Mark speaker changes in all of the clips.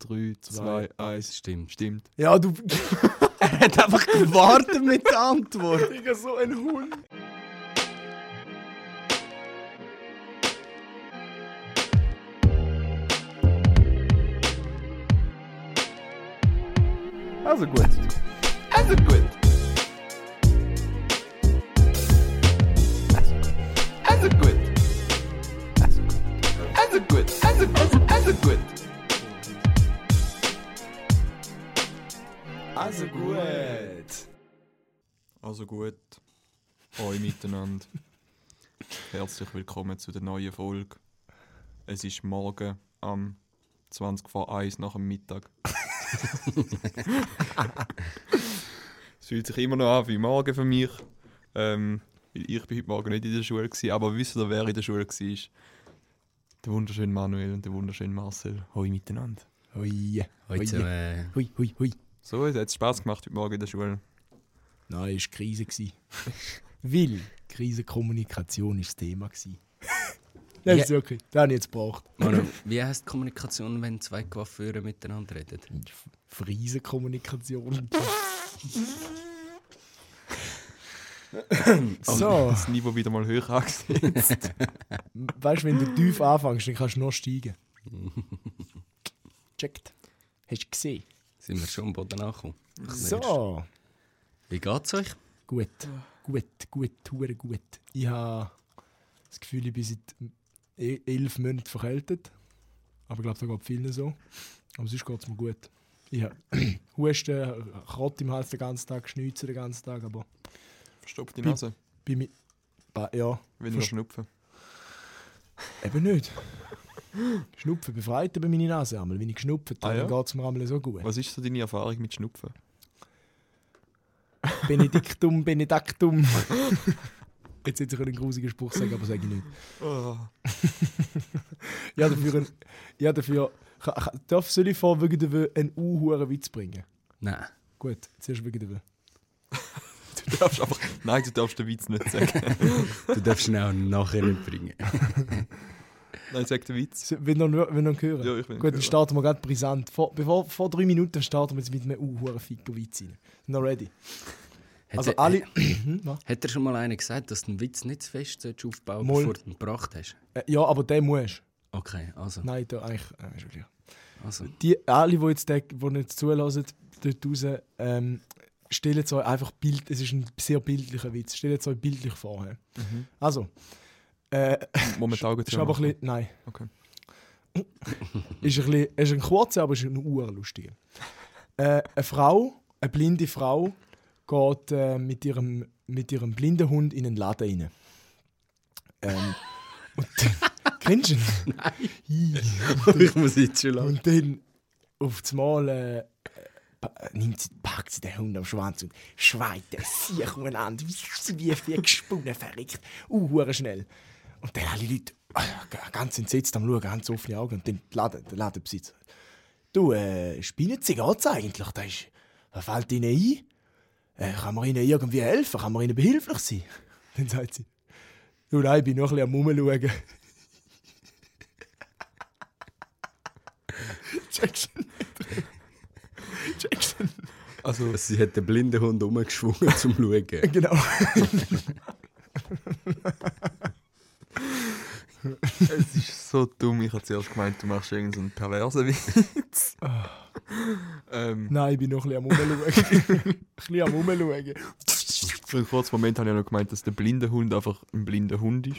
Speaker 1: 3, 2, 1.
Speaker 2: Stimmt.
Speaker 1: Stimmt.
Speaker 3: Ja, du. er hat einfach gewartet mit der Antwort.
Speaker 2: Digga, so ein Hund.
Speaker 3: Also gut.
Speaker 2: Also gut. Also gut. Also gut. Also gut. Also gut. Also gut.
Speaker 1: Also gut. Hoi miteinander. Herzlich willkommen zu der neuen Folge. Es ist morgen am 20 vor 1 nach dem Mittag. Es fühlt sich immer noch an wie morgen für mich. Ähm, weil ich bin heute Morgen nicht in der Schule, gewesen, aber wisst ihr, wer in der Schule war? Der wunderschöne Manuel und der wunderschöne Marcel. Hoi miteinander.
Speaker 3: Hui.
Speaker 2: Heute so, äh,
Speaker 3: Hui, hui, hui.
Speaker 1: So, es hat Spass gemacht heute Morgen in der Schule.
Speaker 3: Nein, es war Krise. gewesen. Weil Krisenkommunikation war das Thema. gewesen. das ist wirklich. Das habe ich jetzt gebraucht.
Speaker 2: Manu, wie heisst Kommunikation, wenn zwei Coiffeure miteinander reden?
Speaker 3: Frisenkommunikation. so,
Speaker 1: Oh, Das Niveau wieder mal höher angesehen.
Speaker 3: weißt du, wenn du tief anfängst, dann kannst du noch steigen. Checkt. Hast du gesehen?
Speaker 2: Sind wir schon am Boden angekommen? Ich merk's.
Speaker 3: So.
Speaker 2: Wie geht's euch?
Speaker 3: Gut, gut, gut, hure gut. Ich habe das Gefühl, ich bin seit e- elf Monaten verkältet. Aber ich glaube, da geht vielen so. Aber sonst geht es mir gut. Ich habe Husten, Krott im Hals den ganzen Tag, Schneuzen den ganzen Tag, aber
Speaker 1: Verstopft die Nase.
Speaker 3: bei mir... Ba- Ja,
Speaker 1: Weniger schnupfen.
Speaker 3: eben nicht. Schnupfen befreit eben meine Nase einmal. Wenn ich geschnupft habe,
Speaker 1: Ah, ja?
Speaker 3: dann geht es mir einmal so gut.
Speaker 1: Was ist so deine Erfahrung mit Schnupfen?
Speaker 3: Benediktum, Benedaktum. Jetzt hätte ich einen grusigen Spruch sagen, aber sage ich nicht.
Speaker 1: Oh.
Speaker 3: Ja, dafür. Ein, ja, dafür. Ka- ka- Darf soll ich vor wegen der W einen unhuren Witz bringen?
Speaker 2: Nein.
Speaker 3: Gut, zuerst wegen der W.
Speaker 1: Du darfst einfach. Nein, du darfst den Witz nicht sagen.
Speaker 2: Du darfst ihn auch nachher nicht bringen.
Speaker 1: Nein, sag den Witz.
Speaker 3: So, Wenn ihr wenn ihr ihn hören.
Speaker 1: Ja, ich will ihn
Speaker 3: Gut, dann
Speaker 1: hören.
Speaker 3: starten wir gerade brisant. Vor, bevor, vor drei Minuten starten wir jetzt mit einem unhuren Ficker Witz rein. Noch ready.
Speaker 2: Hat
Speaker 3: also
Speaker 2: er-
Speaker 3: alle. Hm, was?
Speaker 2: Hat er schon mal einer gesagt, dass du einen Witz nicht zu fest solltest aufbauen
Speaker 3: Mal.
Speaker 2: bevor du ihn gebracht hast?
Speaker 3: Äh, ja, aber den musst du.
Speaker 2: Okay, also.
Speaker 3: Nein, da eigentlich. Äh, ist ja gleich.
Speaker 2: also.
Speaker 3: die, alle, die jetzt den, die nicht zulassen, dort raus, ähm, stellen euch einfach Bild, es ist ein sehr bildlicher Witz, stellen euch bildlich vor. hä? Also, äh,
Speaker 1: Momentan geht
Speaker 3: ist aber ein bisschen, nein.
Speaker 1: Okay.
Speaker 3: ist, ein bisschen, ist ein kurzer, aber ist ein urlustiger. Äh, eine Frau, eine blinde Frau, geht äh, mit, ihrem, mit ihrem blinden Hund in einen Laden rein. Ähm, und grinsen. Nein.
Speaker 2: ich muss jetzt schon lachen.
Speaker 3: Und dann auf das Mal äh, pa- nimmt sie, packt sie den Hund am Schwanz und schweit den sich umeinander, wie, wie, wie gesponnen, verrückt, uh, hure schnell. Und dann alle Leute ah, g- ganz entsetzt am Schauen, ganz offene Augen und dann der Laden, der Ladenbesitzer. Du, äh, spinnen Sie geht's eigentlich? Da ist, was fällt Ihnen ein? Äh, kann man Ihnen irgendwie helfen? Kann man Ihnen behilflich sein? Dann sagt sie, du, nein, ich bin noch ein bisschen am Rumschauen. Checkst du nicht? Checkst du nicht?
Speaker 2: Also, sie hat den blinden Hund umgeschwungen zum Schauen.
Speaker 3: Genau.
Speaker 1: Es ist so dumm. Ich habe zuerst gemeint, du machst irgendeinen perversen Witz. ähm,
Speaker 3: Nein, ich bin noch ein bisschen am Rumschauen. ein bisschen am Rumschauen.
Speaker 1: für einen kurzen Moment habe ich noch gemeint, dass der blinde Hund einfach ein blinder Hund ist.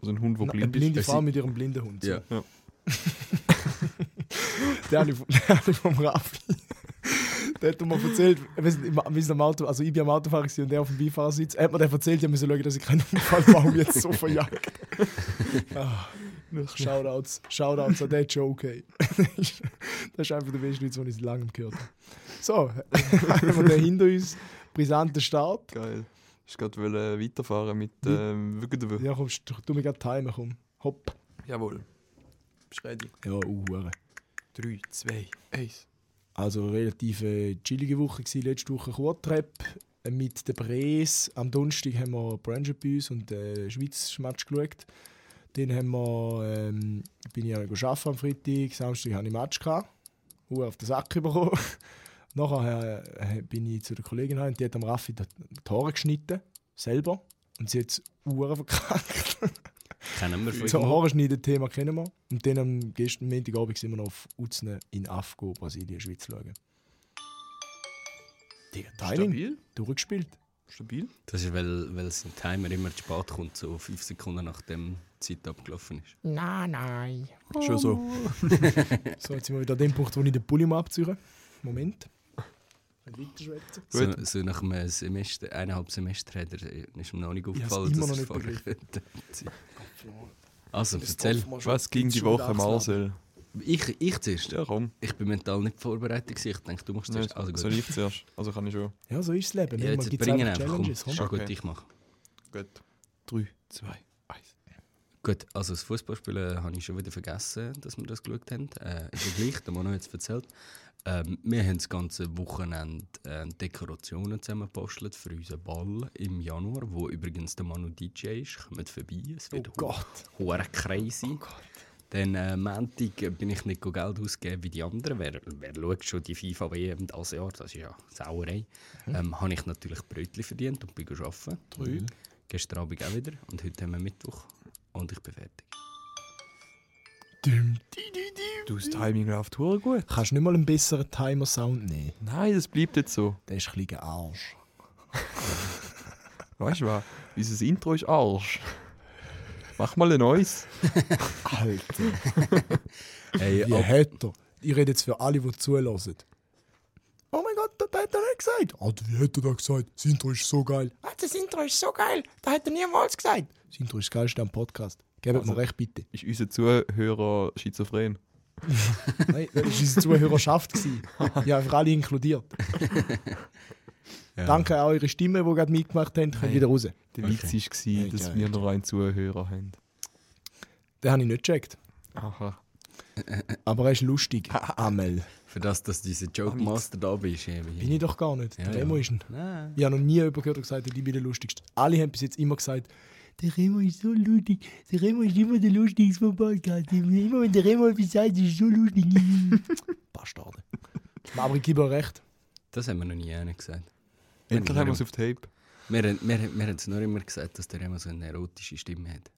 Speaker 1: Also ein Hund, der
Speaker 3: Eine
Speaker 1: blind ist.
Speaker 3: blinde Frau mit ihrem blinden Hund.
Speaker 2: Ja.
Speaker 1: Ja.
Speaker 3: Der habe ich vom- den habe ich vom Raffi. Der hat mir mal erzählt, wir sind, im- wir sind am Auto, also ich bin am Autofahrer gewesen und der auf dem Beifahrersitz. Er hat mir dann erzählt, ich muss schauen, dass ich keinen Unfall baue, jetzt so verjagt. ah, Shoutouts, Shoutouts an den Joke. ey. das ist einfach der beste Witz, den ich seit langem gehört habe. So, haben wir den hinter uns. Brisanter Start.
Speaker 1: Geil. Ich wollte gerade wollen äh, weiterfahren mit. Ähm, Wügedewü.
Speaker 3: Ja, komm, tu mir gerade timen, komm. Hopp.
Speaker 1: Jawohl. Bist du ready?
Speaker 3: Ja, uh,
Speaker 1: 3, 2, 1.
Speaker 3: Also eine relativ äh, chillige Woche gewesen, letzte Woche Quadtrap äh, mit den Bres. Am Donnerstag haben wir Branger bei uns und äh, Schweiz Match geschaut. Dann haben wir, ähm, bin ich ja arbeiten am Freitag, Samstag hatte ich Match. gehabt. Hure auf den Sack bekommen. Nachher äh, bin ich zu der Kollegin heim und die hat am Raffi die die Haare geschnitten, selber. Und sie hat es Uhren verkackt.
Speaker 2: Kennen wir
Speaker 3: Zum
Speaker 2: von
Speaker 3: Haarenschneiden-Thema kennen wir. Und dann am gestern Montagabend sind wir noch auf Uzne in Afgo, Brasilien, Schweiz schauen. Digga, Timing,
Speaker 1: Stabil?
Speaker 3: durchgespielt.
Speaker 1: Stabil?
Speaker 2: Das ist, weil, weil sein Timer immer zu spät kommt, so fünf Sekunden nachdem die Zeit abgelaufen ist.
Speaker 3: Nein, nein.
Speaker 1: Schon so.
Speaker 3: So, jetzt sind wir wieder an dem Punkt, wo ich den Pulli mal abziehe. Moment. Ein Weiterschwätzen.
Speaker 2: So, so nach einem Semester, eineinhalb Semester hat er, ist ihm noch nicht
Speaker 3: hab's
Speaker 2: aufgefallen,
Speaker 3: immer
Speaker 2: dass
Speaker 3: noch
Speaker 2: es vorher
Speaker 3: nicht
Speaker 2: könnte. sein. Also, erzähl.
Speaker 1: Was ging die Woche Marcel?
Speaker 2: Ich, ich zuerst.
Speaker 1: Ja, komm.
Speaker 2: Ich bin mental nicht vorbereitet. gewesen. Ich denke, du musst zuerst. Also
Speaker 1: Also
Speaker 2: gut.
Speaker 1: Soll ich zuerst? Also kann ich schon.
Speaker 3: Ja, so ist das Leben.
Speaker 2: Ja,
Speaker 3: Manchmal
Speaker 2: jetzt
Speaker 3: gibt's
Speaker 2: bringen
Speaker 3: einfach
Speaker 2: einfach. Komm.
Speaker 3: Challenges.
Speaker 2: Schon gut,
Speaker 1: Okay.
Speaker 2: ich mache.
Speaker 1: Gut. 3, 2, 1.
Speaker 2: Gut, also das Fußballspielen habe ich schon wieder vergessen, dass wir das geschaut haben. Äh, ist ja gleich, der Manu hat es erzählt. Ähm, wir haben das ganze Wochenende äh, Dekorationen zusammengepostelt für unseren Ball im Januar, wo übrigens der Manu DJ ist. Kommt vorbei, es
Speaker 3: Oh
Speaker 2: wird oh
Speaker 3: Gott.
Speaker 2: hure crazy. Dann äh, Montag äh, bin ich nicht go Geld ausgegeben wie die anderen. Wer, wer schaut schon die FIFA WM das Jahr? Das ist ja Sauerei. Ähm, habe ich natürlich Brötchen verdient und bin go arbeiten. Mhm.
Speaker 1: Drei.
Speaker 2: Gestern Abend auch wieder und heute haben wir Mittwoch und ich bin fertig.
Speaker 3: Düm.
Speaker 1: Du, das Timing läuft hure gut.
Speaker 3: Kannst du nicht mal einen besseren Timer-Sound nehmen?
Speaker 1: Nein, das bleibt jetzt so.
Speaker 3: Der ist ein bisschen ein Arsch.
Speaker 1: Weißt du was? Unser Intro ist Arsch. Mach mal ein neues.
Speaker 3: Alter.
Speaker 2: Hey,
Speaker 3: Wie
Speaker 2: ab-
Speaker 3: hat er? Ich rede jetzt für alle, die zulassen. Oh mein Gott, das hat er nicht gesagt. Alter, wie hat er das gesagt? Das Intro ist so geil. Alter, das Intro Ah, ist so geil. Das hat er niemals gesagt. Das Intro ist das geilste am Podcast. Gebt mir recht, bitte.
Speaker 1: Ist unser Zuhörer schizophren?
Speaker 3: Nein, das war unsere Zuhörerschaft. gewesen. Ich habe einfach alle inkludiert.
Speaker 2: Ja.
Speaker 3: Danke an eure Stimmen, die gerade mitgemacht haben. Kommt wieder raus.
Speaker 1: Der Witz war,
Speaker 3: Okay,
Speaker 1: dass
Speaker 3: okay.
Speaker 1: wir noch einen Zuhörer haben.
Speaker 3: Den habe ich nicht gecheckt.
Speaker 1: Aha.
Speaker 3: Aber er ist lustig. Amel.
Speaker 2: Für das, dass dieser Joke Master da bist. Bin
Speaker 3: Bin ich doch gar nicht. Der Remo ist ein.
Speaker 2: Nein.
Speaker 3: Ich habe noch nie jemanden gehört, der gesagt hat, ich bin der Lustigste. Alle haben bis jetzt immer gesagt, der Remo ist so lustig. Der Remo ist immer der Lustigste vom Podcast. Immer wenn der Remo etwas sagt, ist es so lustig. Bastarde. Aber ich gebe auch recht.
Speaker 2: Das haben wir noch nie einer gesagt.
Speaker 1: Endlich haben wir es auf Tape.
Speaker 2: Wir, haben- wir, haben- wir haben es nur immer gesagt, dass der immer so eine erotische Stimme hat.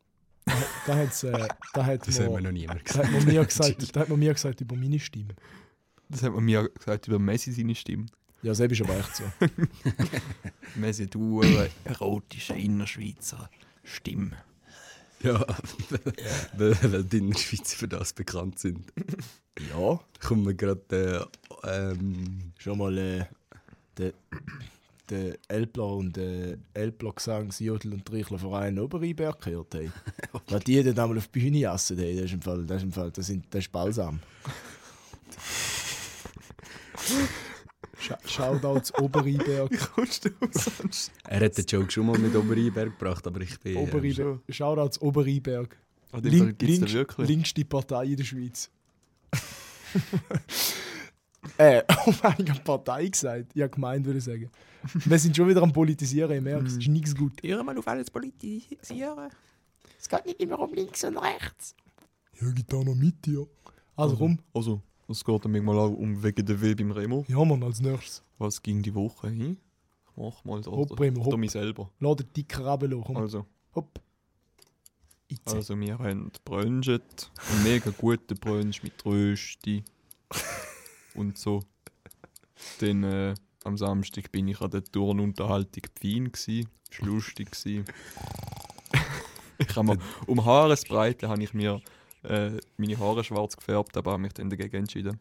Speaker 3: Da hat's, äh, da hat
Speaker 2: Das haben wir
Speaker 3: man,
Speaker 2: noch nie immer
Speaker 3: da
Speaker 2: gesagt.
Speaker 3: hat man mir gesagt, da hat man mir gesagt über meine Stimme.
Speaker 1: Das hat man mir gesagt über Messi seine Stimme.
Speaker 3: Ja, selbst ist aber echt so.
Speaker 1: Messi, du äh, erotische Innerschweizer Stimme.
Speaker 2: ja, weil, weil die in der Schweiz für das bekannt sind.
Speaker 3: Ja,
Speaker 2: Kommen wir gerade. Äh, ähm,
Speaker 3: schon mal äh, der de Elbler und der Elbler Gesangs Jodel und Trichler Verein Oberrheinberg gehört haben. Was die dann einmal auf die Bühne jassen, hey, das ist im Fall, das ist im Fall, das, sind, das ist Balsam. Scha- Shoutouts Oberrheinberg.
Speaker 1: Kommst du aus?
Speaker 2: er hat den Joke schon mal mit Obereinberg gebracht, aber ich bin. ähm,
Speaker 3: Oberrheinberg. Shoutouts Oberrheinberg.
Speaker 1: An dem Fall
Speaker 3: Link,
Speaker 1: gibt's da
Speaker 3: links,
Speaker 1: wirklich.
Speaker 3: linkste Partei in der Schweiz. äh, oh mein Gott, Partei gesagt. Ja, gemeint würde ich sagen. Wir sind schon wieder am Politisieren, ich
Speaker 1: Mhm.
Speaker 3: merke, es ist nichts gut.
Speaker 1: Hören mal auf alles politisieren.
Speaker 3: Es geht nicht immer um links und rechts. Ja, geht auch noch mit, ja. Also rum.
Speaker 1: Also, es geht dann manchmal auch um wegen der Will beim Remo.
Speaker 3: Ja, Mann, als nächstes.
Speaker 1: Was ging die Woche hin? Ich mach mal das
Speaker 3: Hopp, Remo,
Speaker 1: Oder
Speaker 3: hopp.
Speaker 1: mich selber.
Speaker 3: Lass den dicken Rabel los, komm.
Speaker 1: Also,
Speaker 3: Hopp. Itze.
Speaker 1: also wir haben brunget. Einen mega guten Brunch mit Rösti. und so. Dann äh, am Samstag bin ich an der Turnunterhaltung Pfin gsi. Ist lustig gsi. ich habe mir um Haaresbreite habe ich mir äh, meine Haare schwarz gefärbt, aber habe mich dann dagegen entschieden.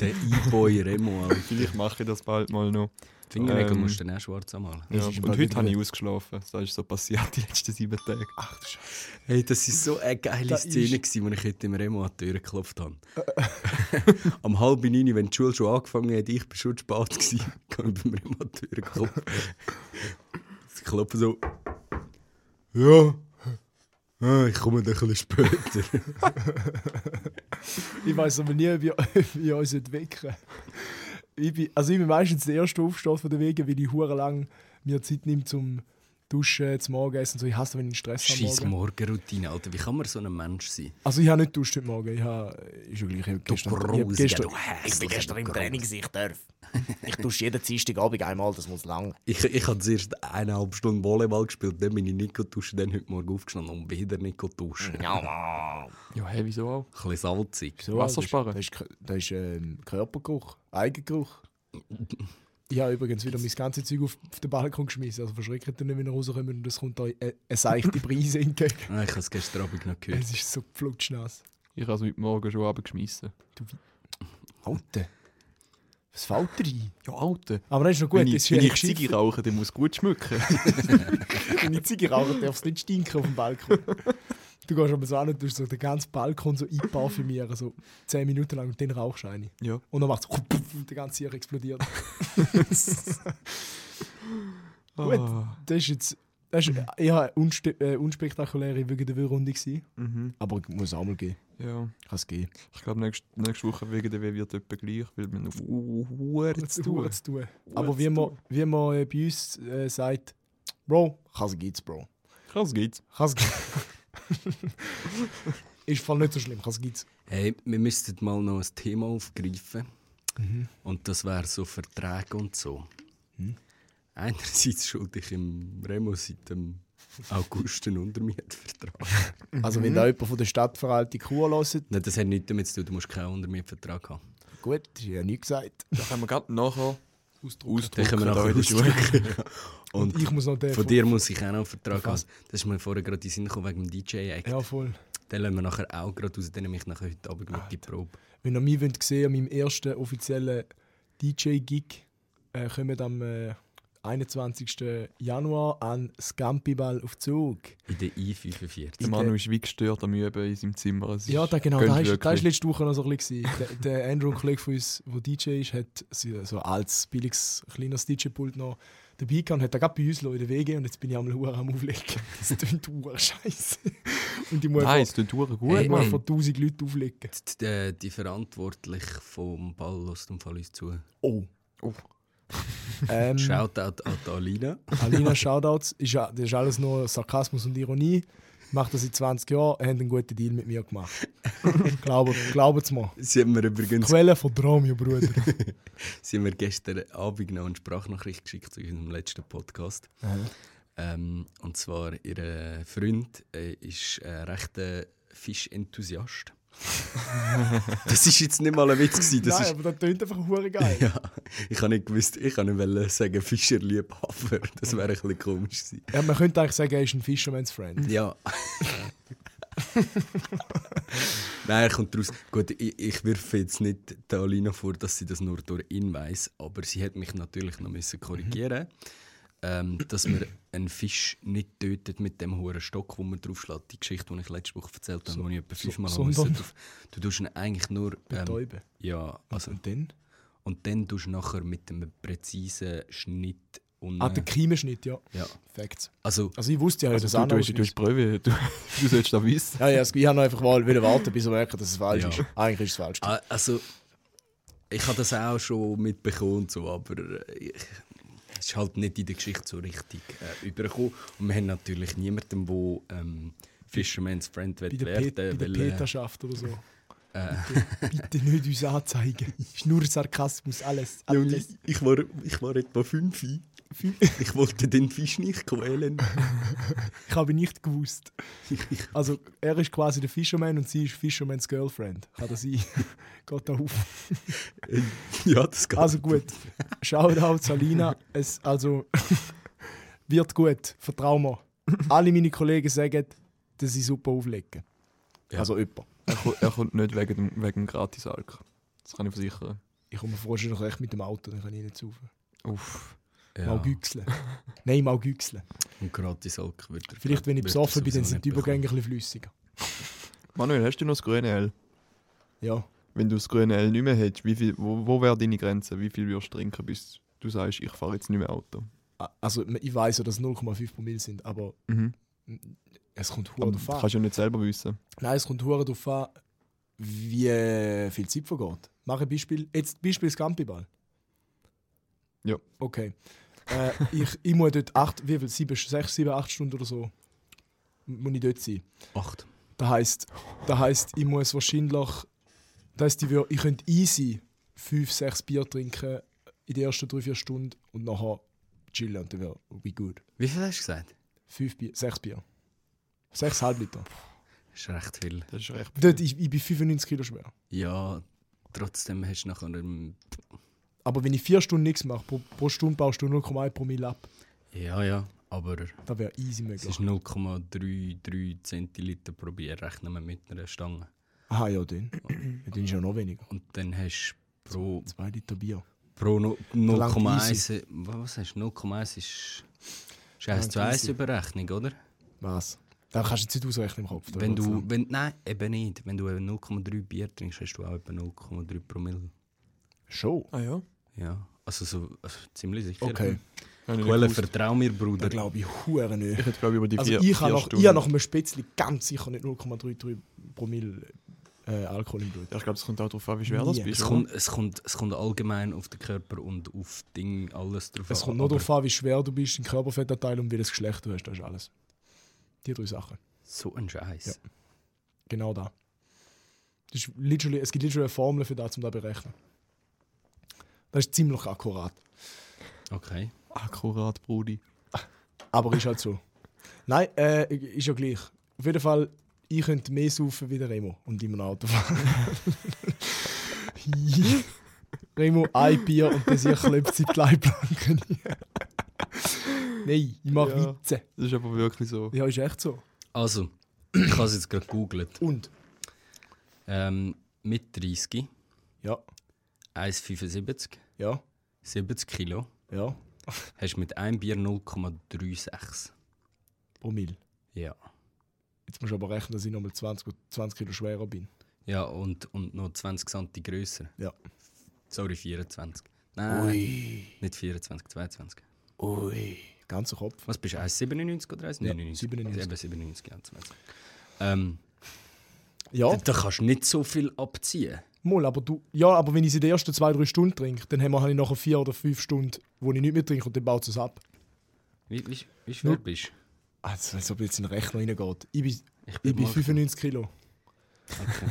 Speaker 2: Der E-Boy Remo. Alter.
Speaker 1: Vielleicht mache ich das bald mal noch.
Speaker 2: Fingernägel
Speaker 1: Ähm.
Speaker 2: musst du dann auch schwarz anmalen.
Speaker 1: Ja,
Speaker 3: ist im
Speaker 1: und
Speaker 3: Fall
Speaker 1: heute
Speaker 3: wieder
Speaker 1: habe ich
Speaker 3: gut.
Speaker 1: ausgeschlafen. Das ist so passiert die letzten sieben Tage.
Speaker 3: Ach du Scheiße.
Speaker 2: Hey, das war so eine geile
Speaker 3: Da
Speaker 2: Szene,
Speaker 3: ist-
Speaker 2: gewesen, als ich heute im Remo an die Tür geklopft habe. Am halben neun, wenn die Schule schon angefangen hat, ich war schon zu spät, gewesen, kann ich beim Remo an die Tür klopfen. Sie klopfen so. Ja. Ah, Ich komme dann ein bisschen später.
Speaker 3: Ich weiß aber nie, wie, wie ich uns wecken ich bin, Also ich bin meistens der erste Aufstand von der Wege, weil ich hure lang mir Zeit nehme, um duschen, zum Morgenessen und so. Ich hasse, wenn ich Stress habe. am
Speaker 2: Scheiß
Speaker 3: Morgen.
Speaker 2: Morgenroutine, Alter. Wie kann man so ein Mensch sein?
Speaker 3: Also ich habe nicht duscht heute Morgen. Ich habe, ist ja gleich, ich habe gestern, ich habe
Speaker 2: Grausiger,
Speaker 3: gestern,
Speaker 2: du hässlicher,
Speaker 4: Ich bin gestern im
Speaker 2: du
Speaker 4: Training, gewesen, ich darf. Ich dusche jeden Dienstagabend einmal, das muss lang.
Speaker 2: Ich, ich habe zuerst eineinhalb Stunden Volleyball gespielt, dann bin ich Nico duschen, dann heute Morgen aufgestanden und wieder Nico duschen.
Speaker 4: Ja, Mann.
Speaker 1: Ja, hey, wieso auch?
Speaker 2: Ein bisschen salzig.
Speaker 3: So,
Speaker 1: Wasser
Speaker 3: das ist-
Speaker 1: sparen.
Speaker 3: Das ist, K- das ist ähm, Körpergeruch, Eigengeruch. Ich habe übrigens wieder mein ganzes Zeug auf, auf den Balkon geschmissen. Also verschreckt ihr nicht, wenn ihr rauskommt und es kommt da äh, eine seichte Brise entgegen.
Speaker 2: Ah, Ich habe es gestern Abend noch gehört.
Speaker 3: Es ist so flutschnass.
Speaker 1: Ich habe es heute Morgen schon abgeschmissen.
Speaker 3: Alter, was fällt dir ein?
Speaker 1: Ja, Alter.
Speaker 3: Aber das ist noch gut.
Speaker 1: wenn
Speaker 3: das
Speaker 1: ich,
Speaker 3: ist
Speaker 1: wenn
Speaker 3: ja
Speaker 1: ich Ziege rauche, dann muss es gut schmücken.
Speaker 3: Wenn ich Ziege rauche, darf es nicht stinken auf dem Balkon. Du gehst aber so an und tust so den ganzen Balkon so einparfümieren, so 10 Minuten lang und dann rauchst du eine.
Speaker 1: ja.
Speaker 3: Und dann macht es und der ganze Tier explodiert. Gut.
Speaker 1: Ah.
Speaker 3: Das ist jetzt. Das ist eher unspe äh, unspektakuläre wegen der Runde gewesen.
Speaker 1: Mhm.
Speaker 3: Aber ich muss auch mal gehen.
Speaker 1: Ja.
Speaker 3: Kann es gehen.
Speaker 1: Ich glaube, nächste, nächste Woche wegen der W wird etwa gleich, weil wir noch Uhr zu tun
Speaker 3: zu tun. Aber wie man, wie man äh, bei uns äh, sagt, Bro, kann es geht's, Bro.
Speaker 1: Krass geht's.
Speaker 3: Kann es Ist voll nicht so schlimm, kann es geht's.
Speaker 2: Hey, wir müssten mal noch ein Thema aufgreifen.
Speaker 1: Mhm.
Speaker 2: Und das wäre so Verträge und so.
Speaker 1: Hm.
Speaker 2: Einerseits schulde ich im Remo seit dem August einen Untermietvertrag.
Speaker 3: Also, wenn da jemand von der Stadtverwaltung Kuh hört,
Speaker 2: Nein, das hat nichts damit zu tun, du musst keinen Untermietvertrag haben.
Speaker 3: gut, ist ja nichts gesagt.
Speaker 1: Da können wir gerade nachher ausdrucken.
Speaker 2: Den können wir
Speaker 1: da
Speaker 2: nachher
Speaker 1: in der Schule.
Speaker 2: ausdrücken. Und
Speaker 3: Ich muss noch den.
Speaker 2: von dir muss ich auch noch einen Vertrag haben. Das ist mir vorher gerade in den Sinn gekommen wegen dem DJ-Act.
Speaker 3: Ja, voll.
Speaker 2: Den lassen wir nachher auch gerade raus, den nehme ich nachher heute Abend
Speaker 3: Ah.
Speaker 2: mit in die Probe.
Speaker 3: Wenn ihr mich wollt sehen an meinem ersten offiziellen DJ-Gig, äh, kommt am äh, 21. Januar an Scampiball auf Zug.
Speaker 2: In der I45.
Speaker 1: Der Manu ist wie gestört am Üben in seinem Zimmer. Es
Speaker 3: Ja,
Speaker 1: ist-
Speaker 3: da genau,
Speaker 1: gönnt
Speaker 3: da ist, da ist
Speaker 1: wirklich.
Speaker 3: letzte Woche noch so ein bisschen. gewesen. der, der Andrew, ein Kollege von uns, der DJ ist, hat so so ein altes, billiges, kleines DJ-Pult noch dabei gehabt und hat da gerade bei uns noch in der WG und jetzt bin ich einmal hure am Auflegen. Das tönt hure scheiße. Und ich muss
Speaker 1: Nein, es tut verdammt gut,
Speaker 3: vor,
Speaker 1: Mann.
Speaker 3: vor 1000 Leuten auflegen.
Speaker 2: Die, äh, die, die Verantwortlichen vom Balllastunfall uns zu.
Speaker 3: Oh.
Speaker 1: Oh.
Speaker 3: Ähm,
Speaker 2: Shoutout an die Alina.
Speaker 3: Alina, Shoutouts. Ist ja, das ist alles nur Sarkasmus und Ironie. Macht das seit 20 Jahren, haben einen guten Deal mit mir gemacht. Glaubt es mir.
Speaker 2: Sie haben mir übrigens
Speaker 3: Quelle von Dromio, Bruder.
Speaker 2: sie haben mir gestern Abend noch eine Sprachnachricht geschickt zu unserem letzten Podcast.
Speaker 3: Mhm.
Speaker 2: Ähm, und zwar, ihr Freund äh, ist ein rechter Fischenthusiast. das ist jetzt nicht mal ein Witz. Gewesen. Das
Speaker 3: Nein,
Speaker 2: ist,
Speaker 3: aber das tönt einfach hure geil.
Speaker 2: ja, ich habe nicht gewusst, ich kann nicht wollen sagen Fischerliebhaber. Das wäre ein bisschen komisch gewesen.
Speaker 3: Ja, man könnte eigentlich sagen, er ist ein Fisherman's Friend.
Speaker 2: Ja. Nein, er kommt raus. Gut, ich, ich wirfe jetzt nicht der Alina vor, dass sie das nur durch ihn weiß, aber sie hat mich natürlich noch müssen korrigieren ähm, dass man einen Fisch nicht tötet mit dem hohen Stock, wo man draufschlägt. Die Geschichte, die ich letzte Woche erzählt habe, wo ich etwa fünfmal so,
Speaker 3: sondern-
Speaker 2: drauf. Du tust ihn eigentlich nur. Ähm,
Speaker 3: Betäuben.
Speaker 2: ja, also,
Speaker 3: Und dann?
Speaker 2: und dann tust du nachher mit einem präzisen Schnitt und.
Speaker 3: Ah, der Kiemenschnitt, ja.
Speaker 2: ja.
Speaker 3: Facts.
Speaker 2: Also,
Speaker 3: Also ich wusste ja,
Speaker 1: Also,
Speaker 3: das
Speaker 1: du, du, hast- du, hast Prüfe, du, du solltest das wissen.
Speaker 3: Ja, ja, es- ich habe einfach mal wieder warten, bis ich merke, dass es falsch
Speaker 2: Ja.
Speaker 3: ist. Eigentlich ist es falsch.
Speaker 2: Ah, Also, ich habe das auch schon mitbekommen, und so, aber äh, ich, es ist halt nicht in der Geschichte so richtig äh, übergekommen. Und wir haben natürlich niemanden, der ähm, Fisherman's Friend
Speaker 3: Bei
Speaker 2: wird
Speaker 3: der, Pet bei
Speaker 2: werden
Speaker 3: der
Speaker 2: weil, äh,
Speaker 3: Peterschaft oder so. Bitte, bitte nicht uns anzeigen. Ist nur Sarkasmus, alles.
Speaker 2: Ja, und ich,
Speaker 3: alles.
Speaker 2: ich, war, ich war etwa fünf. Ich wollte den Fisch nicht quälen.
Speaker 3: Ich habe nicht gewusst. Also er ist quasi der Fisherman und sie ist Fisherman's Girlfriend. Kann das sein? Geht da auf.
Speaker 2: ja, das geht.
Speaker 3: Also gut. Shoutout Alina. Es, also wird gut. Vertrau mir. Alle meine Kollegen sagen, dass sie super auflegen.
Speaker 2: Ja.
Speaker 3: Also jemand.
Speaker 1: Er, ko- er kommt nicht wegen dem, wegen dem Gratis-Alk. Das kann ich versichern.
Speaker 3: Ich komme vorher noch echt mit dem Auto, dann kann ich nicht saufen.
Speaker 1: Uff.
Speaker 2: ja.
Speaker 3: Mal güchseln. Nein, mal güchseln.
Speaker 2: Und gratis Alk wird er-
Speaker 3: Vielleicht, wenn ich
Speaker 2: wird er
Speaker 3: besoffen bin, dann
Speaker 2: sowieso
Speaker 3: sind die
Speaker 2: nicht bekommen.
Speaker 3: Übergänge ein bisschen flüssiger.
Speaker 1: Manuel, hast du noch das grüne L?
Speaker 3: Ja.
Speaker 1: Wenn du das grüne L nicht mehr hättest, wie viel, wo, wo wäre deine Grenze? Wie viel würdest du trinken, bis du sagst, ich fahre jetzt nicht mehr Auto?
Speaker 3: A- Also ich weiß ja, dass 0,5 Promille sind, aber
Speaker 1: Mhm.
Speaker 3: es kommt
Speaker 1: Aber
Speaker 3: hoch
Speaker 1: das kannst du ja nicht selber wissen.
Speaker 3: Nein, es kommt hure darauf an, wie äh, viel Zeit vergeht. Mach ein Beispiel. Jetzt Beispiel Scampiball.
Speaker 1: Ja.
Speaker 3: Okay. äh, ich, ich muss dort acht, wie viel, sieben, sechs, sieben, acht Stunden oder so, muss ich dort sein.
Speaker 2: Acht.
Speaker 3: Das heisst, das heisst ich muss wahrscheinlich. Das heisst, ich, wür- ich könnte easy 5, 6 Bier trinken in den ersten 3, 4 Stunden und nachher chillen und dann wäre we good.
Speaker 2: Wie viel hast du gesagt?
Speaker 3: 5 Bier, 6 Bier. 6 Halbliter.
Speaker 2: Das ist recht viel.
Speaker 1: Das ist recht.
Speaker 3: Dort, ich, ich bin 95 Kilo schwer.
Speaker 2: Ja, trotzdem hast du nachher... ähm,
Speaker 3: Aber wenn ich 4 Stunden nichts mache, pro, pro Stunde baust du 0,1 Promille ab.
Speaker 2: Ja, ja, aber...
Speaker 3: Das wäre easy
Speaker 2: Es
Speaker 3: möglich.
Speaker 2: ist 0,33 Zentiliter pro Bier, rechnen wir mit einer Stange.
Speaker 3: Aha, Ah, ja, dann. Ja, dann ist ja noch weniger.
Speaker 2: Und dann hast du pro,
Speaker 3: 2 Liter Bier.
Speaker 2: pro no-
Speaker 3: langt
Speaker 2: 0,1... Wa- Was hast du? 0,1 ist... Ist 1 zu 1 Überrechnung, oder?
Speaker 3: Was? Da kannst du jetzt nicht ausrechnen im Kopf. da
Speaker 2: Wenn
Speaker 3: wird's
Speaker 2: du,
Speaker 3: lang.
Speaker 2: wenn, nein, eben nicht. Wenn du eben 0,3 Bier trinkst, hast du auch etwa 0,3 Promille.
Speaker 3: Schon.
Speaker 1: Ah ja?
Speaker 2: Ja, also so also ziemlich sicher.
Speaker 3: Okay.
Speaker 2: Quelle, vertrau mir,
Speaker 3: Da
Speaker 2: Bruder.
Speaker 3: glaube ich, Huren nicht.
Speaker 1: Ich hätte glaube ich über die
Speaker 3: Also
Speaker 1: vier,
Speaker 3: ich habe
Speaker 1: vier
Speaker 3: nach, ich
Speaker 1: Stunden...
Speaker 3: hab nach einem Spätzli ganz sicher nicht 0,33 Promille äh, Alkohol im Blut.
Speaker 1: Ja, ich glaube, es kommt auch darauf an, wie schwer das
Speaker 3: Nie.
Speaker 1: bist.
Speaker 2: Es
Speaker 1: oder?
Speaker 2: kommt, es, kommt, es kommt allgemein auf den Körper und auf Ding alles drauf
Speaker 3: Es kommt nur darauf an, wie schwer du bist, den Körperfettanteil und welches Geschlecht du hast. Das ist alles. Die drei Sachen.
Speaker 2: So ein Scheiß.
Speaker 3: Genau da. Das ist literally, es gibt literally eine Formel für das, um das zu berechnen. Das ist ziemlich akkurat.
Speaker 2: Okay.
Speaker 1: Akkurat, Brudi.
Speaker 3: Aber ist halt so. Nein, äh, ist ja gleich. Auf jeden Fall, ich könnte mehr saufen wie der Remo und immer noch Auto fahren. Remo, ein Bier und dann sich klebt sie die Leitplanken. Nein, ich mache
Speaker 1: Ja.
Speaker 3: Witze.
Speaker 1: Das ist aber wirklich so.
Speaker 3: Ja, ist echt so.
Speaker 2: Also, ich habe es jetzt gerade gegoogelt.
Speaker 3: Und?
Speaker 2: Ähm, mit 30,
Speaker 3: Ja,
Speaker 2: 1,75,
Speaker 3: ja,
Speaker 2: 70 Kilo,
Speaker 3: ja.
Speaker 2: hast du mit einem Bier 0,36.
Speaker 3: Promille.
Speaker 2: Ja.
Speaker 3: Jetzt musst du aber rechnen, dass ich nochmal 20, 20 Kilo schwerer bin.
Speaker 2: Ja, und, und noch 20 cm grösser.
Speaker 3: Ja.
Speaker 2: Sorry, 24. Nein, nicht 24, 22.
Speaker 3: Ui. Ganzer Kopf.
Speaker 2: Was bist du? 1,97 oder 1,99?
Speaker 3: 97.
Speaker 2: Eben 97, ja, 20. Ähm,
Speaker 3: Ja, Oh.
Speaker 2: da, da kannst du nicht so viel abziehen.
Speaker 3: mal, aber du. Ja, aber wenn ich sie die ersten zwei, drei Stunden trinke, dann haben wir- habe ich nachher vier oder fünf Stunden, wo ich nicht mehr trinke und dann baut es ab.
Speaker 2: Wie, wie, wie schwer
Speaker 3: Nur-
Speaker 2: bist
Speaker 3: Also, als ob jetzt in den Rechner reingeht. Ich bin,
Speaker 2: du? Ich
Speaker 3: ich bin
Speaker 2: mal-
Speaker 3: 95 Kilo.
Speaker 2: Okay.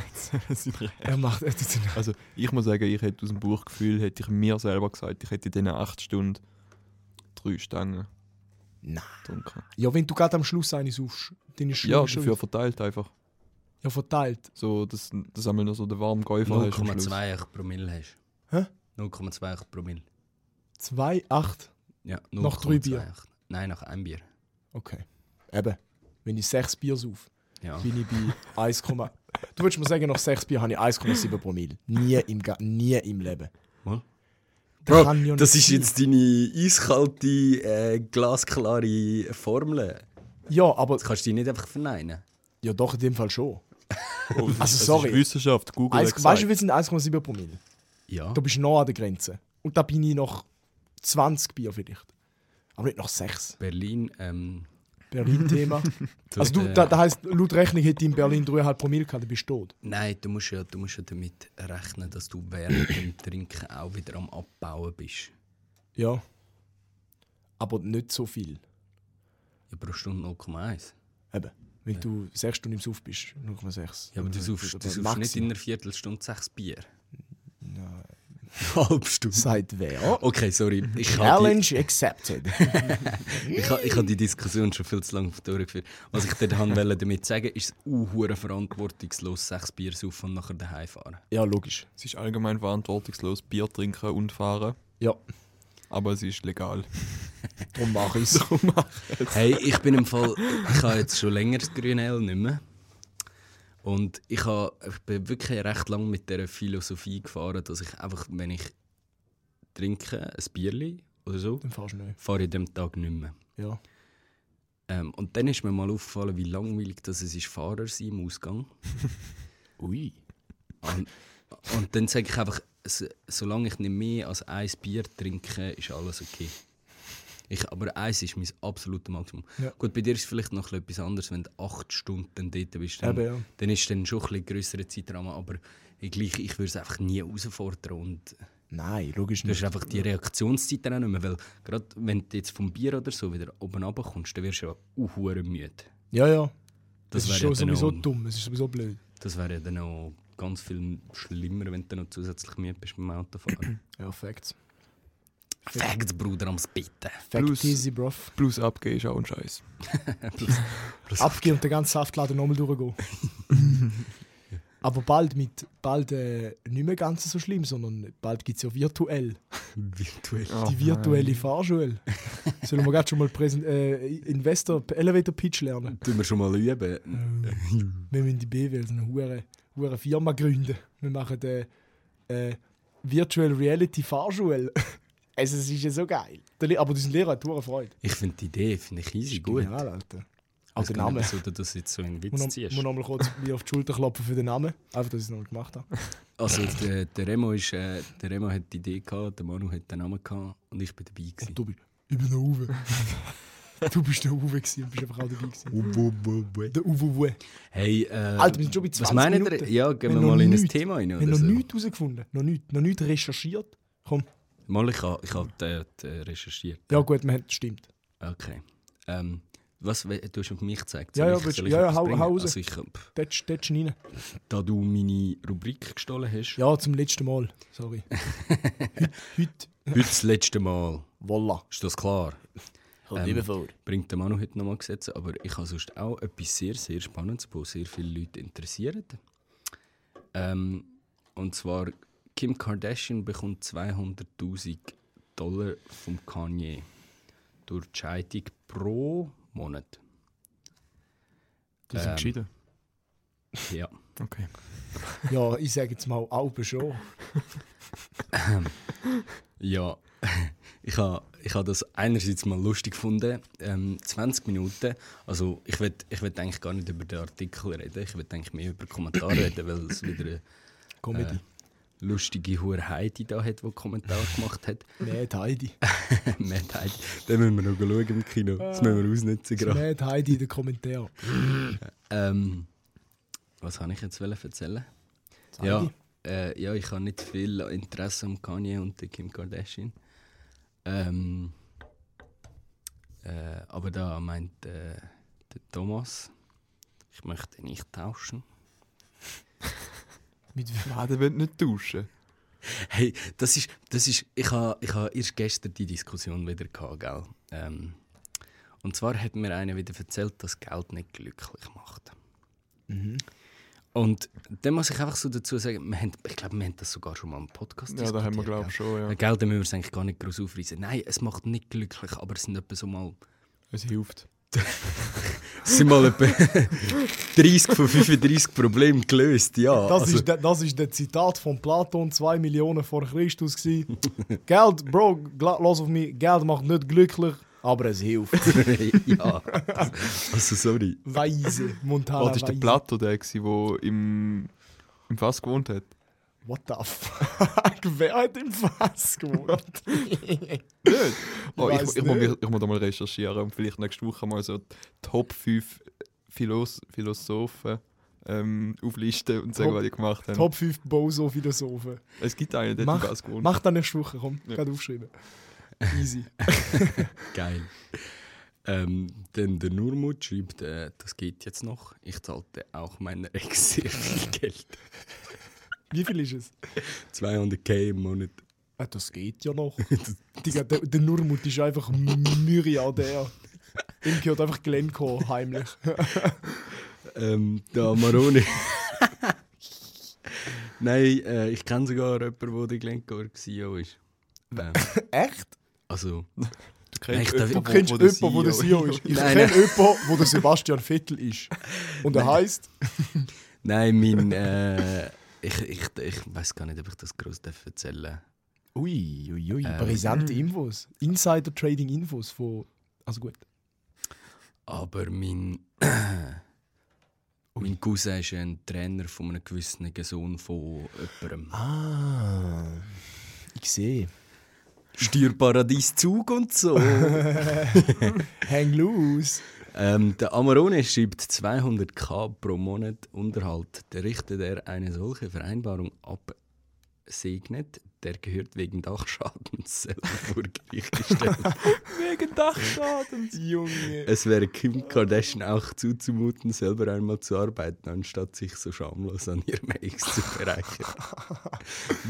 Speaker 1: Das ist recht.
Speaker 3: Er macht jetzt einen
Speaker 1: also ich muss sagen, ich hätte aus dem Buchgefühl, hätte ich mir selber gesagt, ich hätte in diesen acht Stunden drei Stangen
Speaker 3: Nein.
Speaker 1: getrunken.
Speaker 3: Ja, wenn du gerade am Schluss eine suchst, dann ist
Speaker 1: Ja,
Speaker 3: schon
Speaker 1: dafür verteilt einfach.
Speaker 3: ja, verteilt.
Speaker 1: So, dass, dass einmal noch so den warmen Käufer hast am Schluss.
Speaker 2: 0,28 Promille hast
Speaker 3: Hä?
Speaker 2: 0,28 Promille.
Speaker 3: 2,8.
Speaker 2: Ja,
Speaker 3: Nach drei Bier?
Speaker 2: 0,28. Nein, nach einem Bier.
Speaker 3: Okay. Eben. Wenn ich 6 Bier sauf,
Speaker 2: Ja.
Speaker 3: bin ich bei 1, du würdest mir sagen, nach 6 Bier habe ich 1,7 Promille. Nie im, Ga- nie im Leben.
Speaker 2: Mal.
Speaker 3: Das Bro, kann ja
Speaker 2: das
Speaker 3: nicht
Speaker 2: ist
Speaker 3: sein.
Speaker 2: jetzt deine eiskalte, äh, glasklare Formel.
Speaker 3: Ja, aber.
Speaker 2: Das kannst du dich nicht einfach verneinen.
Speaker 3: Ja, doch, in dem Fall schon.
Speaker 1: Oh, das
Speaker 3: Also,
Speaker 1: ist
Speaker 3: sorry.
Speaker 1: Wissenschaft, Google hat
Speaker 3: 1, weißt du,
Speaker 1: gesagt.
Speaker 3: wie sind 1,7 Promille?
Speaker 2: Ja.
Speaker 3: Da bist du nah an der Grenze. Und da bin ich noch 20 Bier vielleicht. Aber nicht noch 6.
Speaker 2: Berlin, ähm,
Speaker 3: Berlin-Thema.
Speaker 2: dort,
Speaker 3: also du,
Speaker 2: äh,
Speaker 3: da, da heisst, laut Rechnung hätte ich in Berlin 3,5 Promille gehabt, dann bist du tot.
Speaker 2: Nein, du musst, ja, du musst ja damit rechnen, dass du während dem Trinken auch wieder am Abbauen bist.
Speaker 3: Ja. Aber nicht so viel.
Speaker 2: Ja, pro Stunde 0,1.
Speaker 3: Eben. Wenn du 6 Stunden im Suff bist, 0,6.
Speaker 2: Ja, aber du suchst, du suchst nicht in einer Viertelstunde sechs Bier.
Speaker 3: Nein.
Speaker 2: Halb Stunde.
Speaker 3: Seit wer?
Speaker 2: Okay, sorry. Ich habe die,
Speaker 3: Challenge accepted.
Speaker 2: ich hab, ich hab die Diskussion schon viel zu lange durchgeführt. Was ich dir han wollte damit sagen, ist es uh, verantwortungslos, sechs Bier saufen und nachher daheim fahren.
Speaker 3: ja, logisch.
Speaker 1: Es ist allgemein verantwortungslos, Bier trinken und fahren.
Speaker 3: Ja,
Speaker 1: Aber es ist legal.
Speaker 3: darum mache ich es.
Speaker 2: Hey, ich bin im Fall, ich habe jetzt schon länger das grüne L nicht mehr. Und ich, habe, ich bin wirklich recht lange mit dieser Philosophie gefahren, dass ich einfach, wenn ich trinke, ein Bierli oder so,
Speaker 3: Dann fahrst du nicht.
Speaker 2: fahre ich dem Tag nicht mehr.
Speaker 3: Ja.
Speaker 2: Ähm, und dann ist mir mal aufgefallen, wie langweilig das es ist, Fahrer sein im Ausgang.
Speaker 3: Ui.
Speaker 2: Und, und dann sage ich einfach, so, solange ich nicht mehr als ein Bier trinke, ist alles okay. Ich, aber eins ist mein absolutes Maximum.
Speaker 3: Ja.
Speaker 2: Gut, bei dir ist es vielleicht noch ein bisschen etwas anderes, wenn du acht Stunden dort bist. Dann,
Speaker 3: Eben, ja.
Speaker 2: dann ist dann schon ein bisschen grösserer Zeitrahmen, aber ich, gleich, ich würde es einfach nie herausfordern. Und
Speaker 3: Nein, logisch
Speaker 2: Du hast
Speaker 3: nicht.
Speaker 2: einfach die Reaktionszeit dann auch nicht mehr, weil gerade wenn du jetzt vom Bier oder so wieder oben runterkommst, dann wirst du ja auch hure müde.
Speaker 3: Ja, ja. Das,
Speaker 2: Das wäre
Speaker 3: ist schon
Speaker 2: ja dann
Speaker 3: sowieso
Speaker 2: auch-
Speaker 3: dumm, es ist sowieso blöd.
Speaker 2: Das wäre ja dann noch ganz viel schlimmer, wenn du noch zusätzlich müde bist beim Autofahren.
Speaker 3: Ja, Facts.
Speaker 2: Facts, Bruder, am Spitten.
Speaker 3: Fact
Speaker 1: Plus-
Speaker 3: easy, bruv.
Speaker 1: Plus abgehen ist auch ein Scheiß.
Speaker 3: Abgehen und den ganzen Saftladen nochmal durchgehen. Aber bald mit, bald äh, nicht mehr ganz so schlimm, sondern bald gibt es ja virtuell.
Speaker 2: Virtuell.
Speaker 3: die virtuelle Fahrschule. Sollen wir gerade schon mal Präsen äh, Investor Elevator Pitch lernen?
Speaker 2: Tun wir schon mal üben.
Speaker 3: Wir müssen die BWL, eine hure, hure Firma gründen. Wir machen äh, äh, Virtual Reality Fahrschule. also, es ist ja so geil. Der Le- Aber unser Lehrer hat hure Freude.
Speaker 2: Ich finde die Idee, finde ich easy
Speaker 3: Ist
Speaker 2: gut.
Speaker 3: Genial, Alter.
Speaker 2: Also
Speaker 3: der Name.
Speaker 2: Nicht, dass du das jetzt so in den Witz
Speaker 3: Muss noch-
Speaker 2: ziehst.
Speaker 3: muss noch mal kurz mir auf die Schulter klopfen für den Namen. Einfach, dass ich es noch mal gemacht habe.
Speaker 2: Also der, der Remo ist, äh, der Remo hat die Idee gehabt, der Manu hat den Namen gehabt und ich bin dabei gewesen.
Speaker 3: Und du bist, ich bin der Uwe. du bist der Uwe gewesen, bist einfach auch dabei gewesen. Der Uwe Uwe.
Speaker 2: Hey, äh,
Speaker 3: Alter, wir sind schon bei 20
Speaker 2: was meint
Speaker 3: Minuten.
Speaker 2: ihr? Ja,
Speaker 3: Wir
Speaker 2: gehen wir
Speaker 3: haben
Speaker 2: mal
Speaker 3: noch
Speaker 2: in ein
Speaker 3: nichts-
Speaker 2: Thema rein
Speaker 3: Wir haben
Speaker 2: oder
Speaker 3: noch
Speaker 2: so.
Speaker 3: nichts herausgefunden, noch nichts, noch nichts recherchiert. Komm.
Speaker 2: Mal, ich habe ich hab, äh, die, äh, recherchiert.
Speaker 3: Ja gut, man hat, stimmt.
Speaker 2: Okay. Ähm, was, we- du hast auf mich gezeigt?
Speaker 3: Ja,
Speaker 2: Soll
Speaker 3: ja,
Speaker 2: ich,
Speaker 3: willst-
Speaker 2: soll ich
Speaker 3: ja, ja,
Speaker 2: etwas
Speaker 3: hau-
Speaker 2: bringen?
Speaker 3: hau raus.
Speaker 2: Also ich, pff,
Speaker 3: Dort dort schon rein.
Speaker 2: da du meine Rubrik gestohlen hast,
Speaker 3: Ja, zum letzten Mal. Sorry. heute,
Speaker 2: heute das letzte Mal,
Speaker 4: Voila.
Speaker 2: ist das klar?
Speaker 4: Kommt ähm, vor.
Speaker 2: bringt der Manu heute nochmal gesetzt, aber ich habe sonst auch etwas sehr, sehr Spannendes, das sehr viele Leute interessiert. Ähm, und zwar, Kim Kardashian bekommt 200'000 Dollar vom Kanye durch die Scheidung pro Monat.
Speaker 1: Die sind
Speaker 2: Ähm.
Speaker 1: geschieden.
Speaker 2: Ja.
Speaker 1: Okay.
Speaker 3: ja, ich sage jetzt mal Alpen schon.
Speaker 2: Ja, ich habe ich ha das einerseits mal lustig gefunden. Ähm, 20 Minuten. Also, ich will, ich will eigentlich gar nicht über den Artikel reden. Ich will eigentlich mehr über Kommentare reden, weil es wieder eine
Speaker 3: Comedy.
Speaker 2: äh, lustige Hure Heidi da hat, die Kommentare gemacht hat.
Speaker 3: Mad Heidi.
Speaker 2: Mad Heidi. Den müssen wir noch schauen im Kino. Das müssen wir ausnutzen
Speaker 3: Das
Speaker 2: gerade.
Speaker 3: Mad Heidi in den Kommentaren.
Speaker 2: Ähm, was habe ich jetzt wollen erzählen? Ja, äh, ja, ich habe nicht viel Interesse an Kanye und der Kim Kardashian. Ähm, äh, aber da meint äh, der Thomas, ich möchte nicht tauschen.
Speaker 3: Mit wem?
Speaker 1: Ah, der will nicht duschen.
Speaker 2: Hey, das ist, das ist, ich habe ich ha erst gestern die Diskussion wieder gehabt, gell? Ähm, und zwar hat mir einer wieder erzählt, dass Geld nicht glücklich macht.
Speaker 1: Mhm.
Speaker 2: Und dann muss ich einfach so dazu sagen, wir haben, ich glaube, wir haben das sogar schon mal im Podcast
Speaker 1: Ja, da haben wir,
Speaker 2: diskutiert,
Speaker 1: glaube
Speaker 2: gell?
Speaker 1: ich, schon. Ja.
Speaker 2: Äh, Geld dann müssen wir es eigentlich gar nicht groß aufreißen. Nein, es macht nicht glücklich, aber es sind etwa so mal,
Speaker 1: Es hilft.
Speaker 2: es sind mal etwa 30 von 35 Problemen gelöst, ja.
Speaker 3: Das,
Speaker 2: also,
Speaker 3: ist, der- das ist der Zitat von Platon, 2 Millionen vor Christus. Gewesen. Geld, Bro, gla- lass auf mich, Geld macht nicht glücklich, aber es hilft.
Speaker 2: ja. Also, sorry.
Speaker 3: Weise, Montana
Speaker 1: Warte, ist der
Speaker 3: Weise.
Speaker 1: Plato der, der im, im Fass gewohnt hat?
Speaker 3: What the fuck? Wer hat im Fass gewohnt?
Speaker 1: Oh, ich,
Speaker 3: Weiss
Speaker 1: ich, muss,
Speaker 3: nicht.
Speaker 1: ich muss da mal recherchieren und vielleicht nächste Woche mal so die Top 5 Philos Philosophen ähm, auflisten und sagen,
Speaker 3: Top-
Speaker 1: was die gemacht haben.
Speaker 3: Top 5 Bozo-Philosophen.
Speaker 1: Es gibt einen, der hat
Speaker 3: Mach-
Speaker 1: im Fass gewohnt.
Speaker 3: Mach dann nächste Woche, komm,
Speaker 1: Ja.
Speaker 3: gerade aufschreiben. Easy.
Speaker 2: Geil. Ähm, denn der Nurmut schreibt, äh, das geht jetzt noch. Ich zahlte auch meiner Ex sehr viel Geld.
Speaker 3: Wie viel ist es?
Speaker 2: 200k im Monat.
Speaker 3: Ah, das geht ja noch. Digga, der, der Nurmut ist einfach Myriadär. Ihm gehört einfach Glencore heimlich.
Speaker 2: Ähm, da Maroni. Nein, äh, ich kenne sogar jemanden, der der Glencore CEO ist. Ähm,
Speaker 3: Echt?
Speaker 2: also,
Speaker 1: du
Speaker 2: Nein,
Speaker 1: kennst
Speaker 2: ich darf-
Speaker 3: Du
Speaker 1: jemanden,
Speaker 3: kennst
Speaker 1: wo- wo
Speaker 3: jemanden, wo der
Speaker 1: CEO
Speaker 3: CEO ist. Ich
Speaker 2: Nein,
Speaker 3: kenne jemanden, wo der Sebastian Vettel ist. Und er heisst,
Speaker 2: nein, mein. Äh, ich ich, ich weiß gar nicht, ob ich das groß erzählen
Speaker 4: Ui, ui, ui.
Speaker 2: darf. Ähm,
Speaker 3: brisante Infos. Insider-Trading-Infos von. Also gut.
Speaker 2: aber mein. mein Cousin ist ein Trainer von einem gewissen Sohn von jemandem.
Speaker 4: Ah. Ich sehe.
Speaker 2: Steuerparadies Zug und so.
Speaker 3: Hang loose.
Speaker 2: ähm, der Amarone schreibt 200k pro Monat Unterhalt. Der Richter, der eine solche Vereinbarung ab segnet, der gehört wegen Dachschadens selber vor Gericht gestellt.
Speaker 1: Wegen Dachschaden. Junge.
Speaker 2: Es wäre Kim Kardashian auch zuzumuten, selber einmal zu arbeiten, anstatt sich so schamlos an ihrem Ex zu bereichern.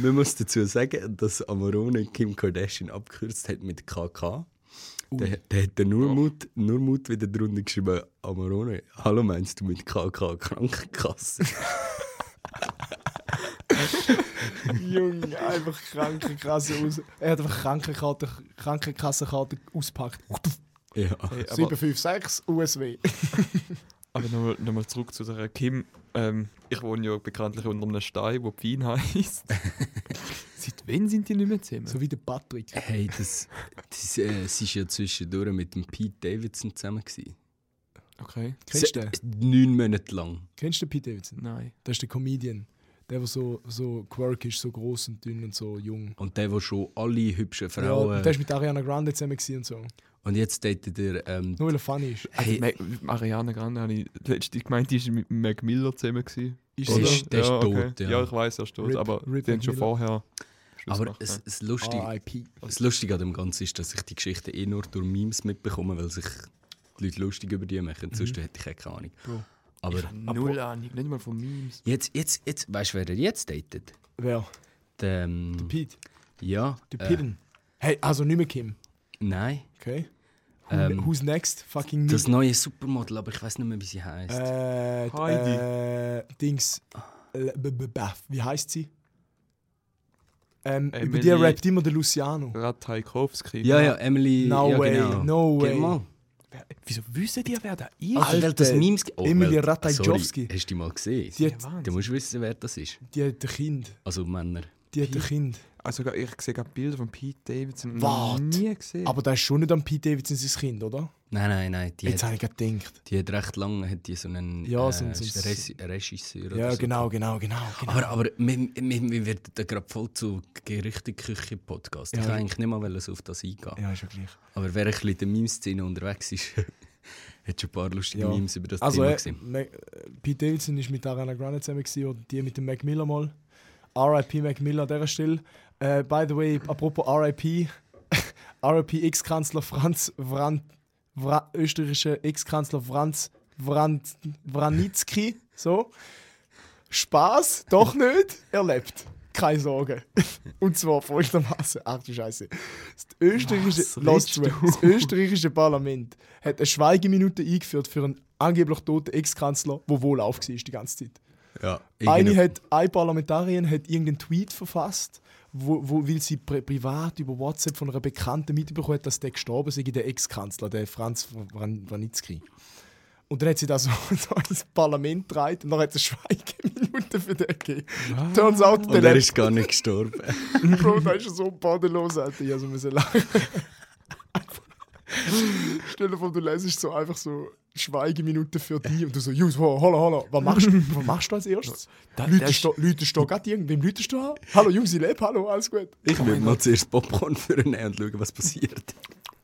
Speaker 2: Man muss dazu sagen, dass Amorone Kim Kardashian abgekürzt hat mit KK. Der, der hat den Nurmut, Nurmut wieder drunter geschrieben, Amorone, hallo meinst du mit KK Krankenkasse?
Speaker 3: Junge, einfach Krankenkasse aus. Er hat einfach Krankenkarte, Krankenkassenkarte ausgepackt.
Speaker 2: ja.
Speaker 1: Hey, aber
Speaker 3: 756 USW.
Speaker 1: aber nochmal noch mal zurück zu der Kim. Ähm, ich wohne ja bekanntlich unter einem Stein, wo Pfein heisst. Seit wann sind die nicht mehr zusammen?
Speaker 3: So wie der Patrick.
Speaker 2: Hey, das, das äh, sie ist ja zwischendurch mit dem Pete Davidson zusammen. Gewesen.
Speaker 1: Okay.
Speaker 3: Kennst du den?
Speaker 2: Se- Neun Monate lang.
Speaker 3: Kennst du den Pete Davidson?
Speaker 1: Nein.
Speaker 3: Das ist der Comedian. Der, der so, so quirky ist, so groß und dünn und so jung.
Speaker 2: Und der, der schon alle
Speaker 3: Ja,
Speaker 2: hübschen Frauen.
Speaker 3: der ist mit Ariana Grande zusammen gewesen und so.
Speaker 2: und jetzt datet er. Ähm,
Speaker 3: Nur weil er funny ist.
Speaker 2: hey,
Speaker 1: Hey. Ariana Grande habe ich letzte gemeint, die war mit Mac Miller zusammen. Gewesen,
Speaker 3: Ist
Speaker 2: Der
Speaker 1: oder?
Speaker 2: ist- der ist
Speaker 1: okay.
Speaker 2: tot, ja.
Speaker 1: Ja, ich weiß, er ist tot.
Speaker 3: Rip-
Speaker 1: aber
Speaker 3: Rip
Speaker 1: die haben
Speaker 3: Mac
Speaker 1: schon
Speaker 3: Miller.
Speaker 1: vorher. Schluss
Speaker 2: aber
Speaker 1: gemacht,
Speaker 2: es,
Speaker 1: ja.
Speaker 2: es, lustig,
Speaker 3: RIP.
Speaker 2: das Lustige an dem Ganzen ist, dass ich die Geschichte eh nur durch Memes mitbekomme, weil sich die Leute lustig über die machen. Sonst hätte ich keine Ahnung.
Speaker 3: Mhm. Bro.
Speaker 2: Aber
Speaker 1: Null Ahnung, nicht mal von Memes.
Speaker 2: jetzt, jetzt, jetzt, weißt du, wer er jetzt datet?
Speaker 3: Wer?
Speaker 2: Der, ähm,
Speaker 3: Pete.
Speaker 2: ja.
Speaker 3: Der
Speaker 2: äh,
Speaker 3: Pitten. Hey, also nicht mehr Kim.
Speaker 2: Nein.
Speaker 3: Okay. Who-
Speaker 2: Ähm,
Speaker 3: Who's next? Fucking
Speaker 2: das neue Supermodel, aber ich weiß nicht mehr, wie sie heißt.
Speaker 3: Äh,
Speaker 1: Heidi.
Speaker 3: Äh, Dings. L- b- b- baff. Wie heißt sie? Ähm, über
Speaker 1: Emily.
Speaker 3: die rappt immer der Luciano.
Speaker 1: Ratajkowski.
Speaker 2: ja, ja, Emily.
Speaker 3: No
Speaker 2: ja,
Speaker 3: way,
Speaker 2: genau.
Speaker 3: no
Speaker 2: Geh
Speaker 3: way.
Speaker 2: mal.
Speaker 1: Wieso wissen die, wer da ist?
Speaker 2: Alter,
Speaker 3: Alter,
Speaker 2: das Memes. ge- Oh,
Speaker 3: Emily
Speaker 2: Welt.
Speaker 3: Ratajkowski.
Speaker 2: Sorry, Hast du die mal gesehen?
Speaker 3: Die hat,
Speaker 2: Du musst wissen, wer das ist.
Speaker 3: die hat ein Kind.
Speaker 2: Also Männer.
Speaker 3: Die hat ein Kind.
Speaker 1: Also ich sehe gerade Bilder von Pete Davidson.
Speaker 3: Wart.
Speaker 1: Noch nie gesehen.
Speaker 3: Aber das ist schon nicht am Pete Davidson sein Kind, oder?
Speaker 2: Nein, nein, nein. Die,
Speaker 3: Jetzt
Speaker 2: hat,
Speaker 3: habe ich gerade gedacht.
Speaker 2: die hat recht lange hat die so einen
Speaker 3: Ja,
Speaker 2: äh,
Speaker 3: so- so-
Speaker 2: Resi- Regisseur. oder
Speaker 3: Ja,
Speaker 2: so.
Speaker 3: genau, genau, genau. genau.
Speaker 2: Aber, aber wir, wir, wir werden da gerade voll zu Gerichteküche-Podcast. Ich
Speaker 3: Ja.
Speaker 2: wollte eigentlich nicht mal wollen so auf das eingehen.
Speaker 3: Ja, ist ja gleich.
Speaker 2: Aber wer ein bisschen in der Meme-Szene unterwegs ist, hat schon ein paar lustige
Speaker 3: Ja.
Speaker 2: Memes über das
Speaker 3: Also,
Speaker 2: Thema
Speaker 3: äh,
Speaker 2: gesehen.
Speaker 3: Ma- äh, Pete Davidson ist mit Ariana Grande zusammen gewesen, oder die mit dem Mac Miller mal. RIP Mac Miller an dieser Stelle. Äh, by the way, apropos RIP, RIP Ex-Kanzler Franz Vrand, Vra, österreichischer Ex-Kanzler Franz Vrand, Vranitzky, so. Spaß, doch nicht, er lebt. Keine Sorge. Und zwar folgendermaßen. Ach du Scheiße. Das österreichische,
Speaker 1: Was
Speaker 3: Lass
Speaker 1: redest
Speaker 3: zu, das österreichische Parlament hat eine Schweigeminute eingeführt für einen angeblich toten Ex-Kanzler, der wohlauf war die ganze Zeit.
Speaker 2: Ja,
Speaker 3: Eine,
Speaker 2: irgendein-
Speaker 3: hat, eine Parlamentarierin hat irgendeinen Tweet verfasst, wo, wo weil sie pri privat über WhatsApp von einer Bekannten mitbekommen hat, dass der gestorben sei, der Ex-Kanzler, der Franz Wan- Wanitzki. Und dann hat sie das so, so ins Parlament getragen und dann hat es eine Schweigeminute für den gegeben. Turns out,
Speaker 2: Und
Speaker 3: der
Speaker 2: er
Speaker 3: hat-
Speaker 2: ist gar nicht gestorben.
Speaker 3: Bro, da ist so bodenlos, Alter. Ich also müssen lachen. Stell dir vor, du lesest so einfach so Schweigeminute für dich und du so, Jungs, ho- hallo, hallo, was machst du, was machst du als erstes?
Speaker 1: Da- der
Speaker 3: Lütest
Speaker 1: ist-
Speaker 3: du, lütest du gerade irgendwem, lütest du an? Hallo Jungs, ich lebe, hallo, alles gut.
Speaker 2: Ich will mal zuerst Popcorn für ihn und schauen, was passiert.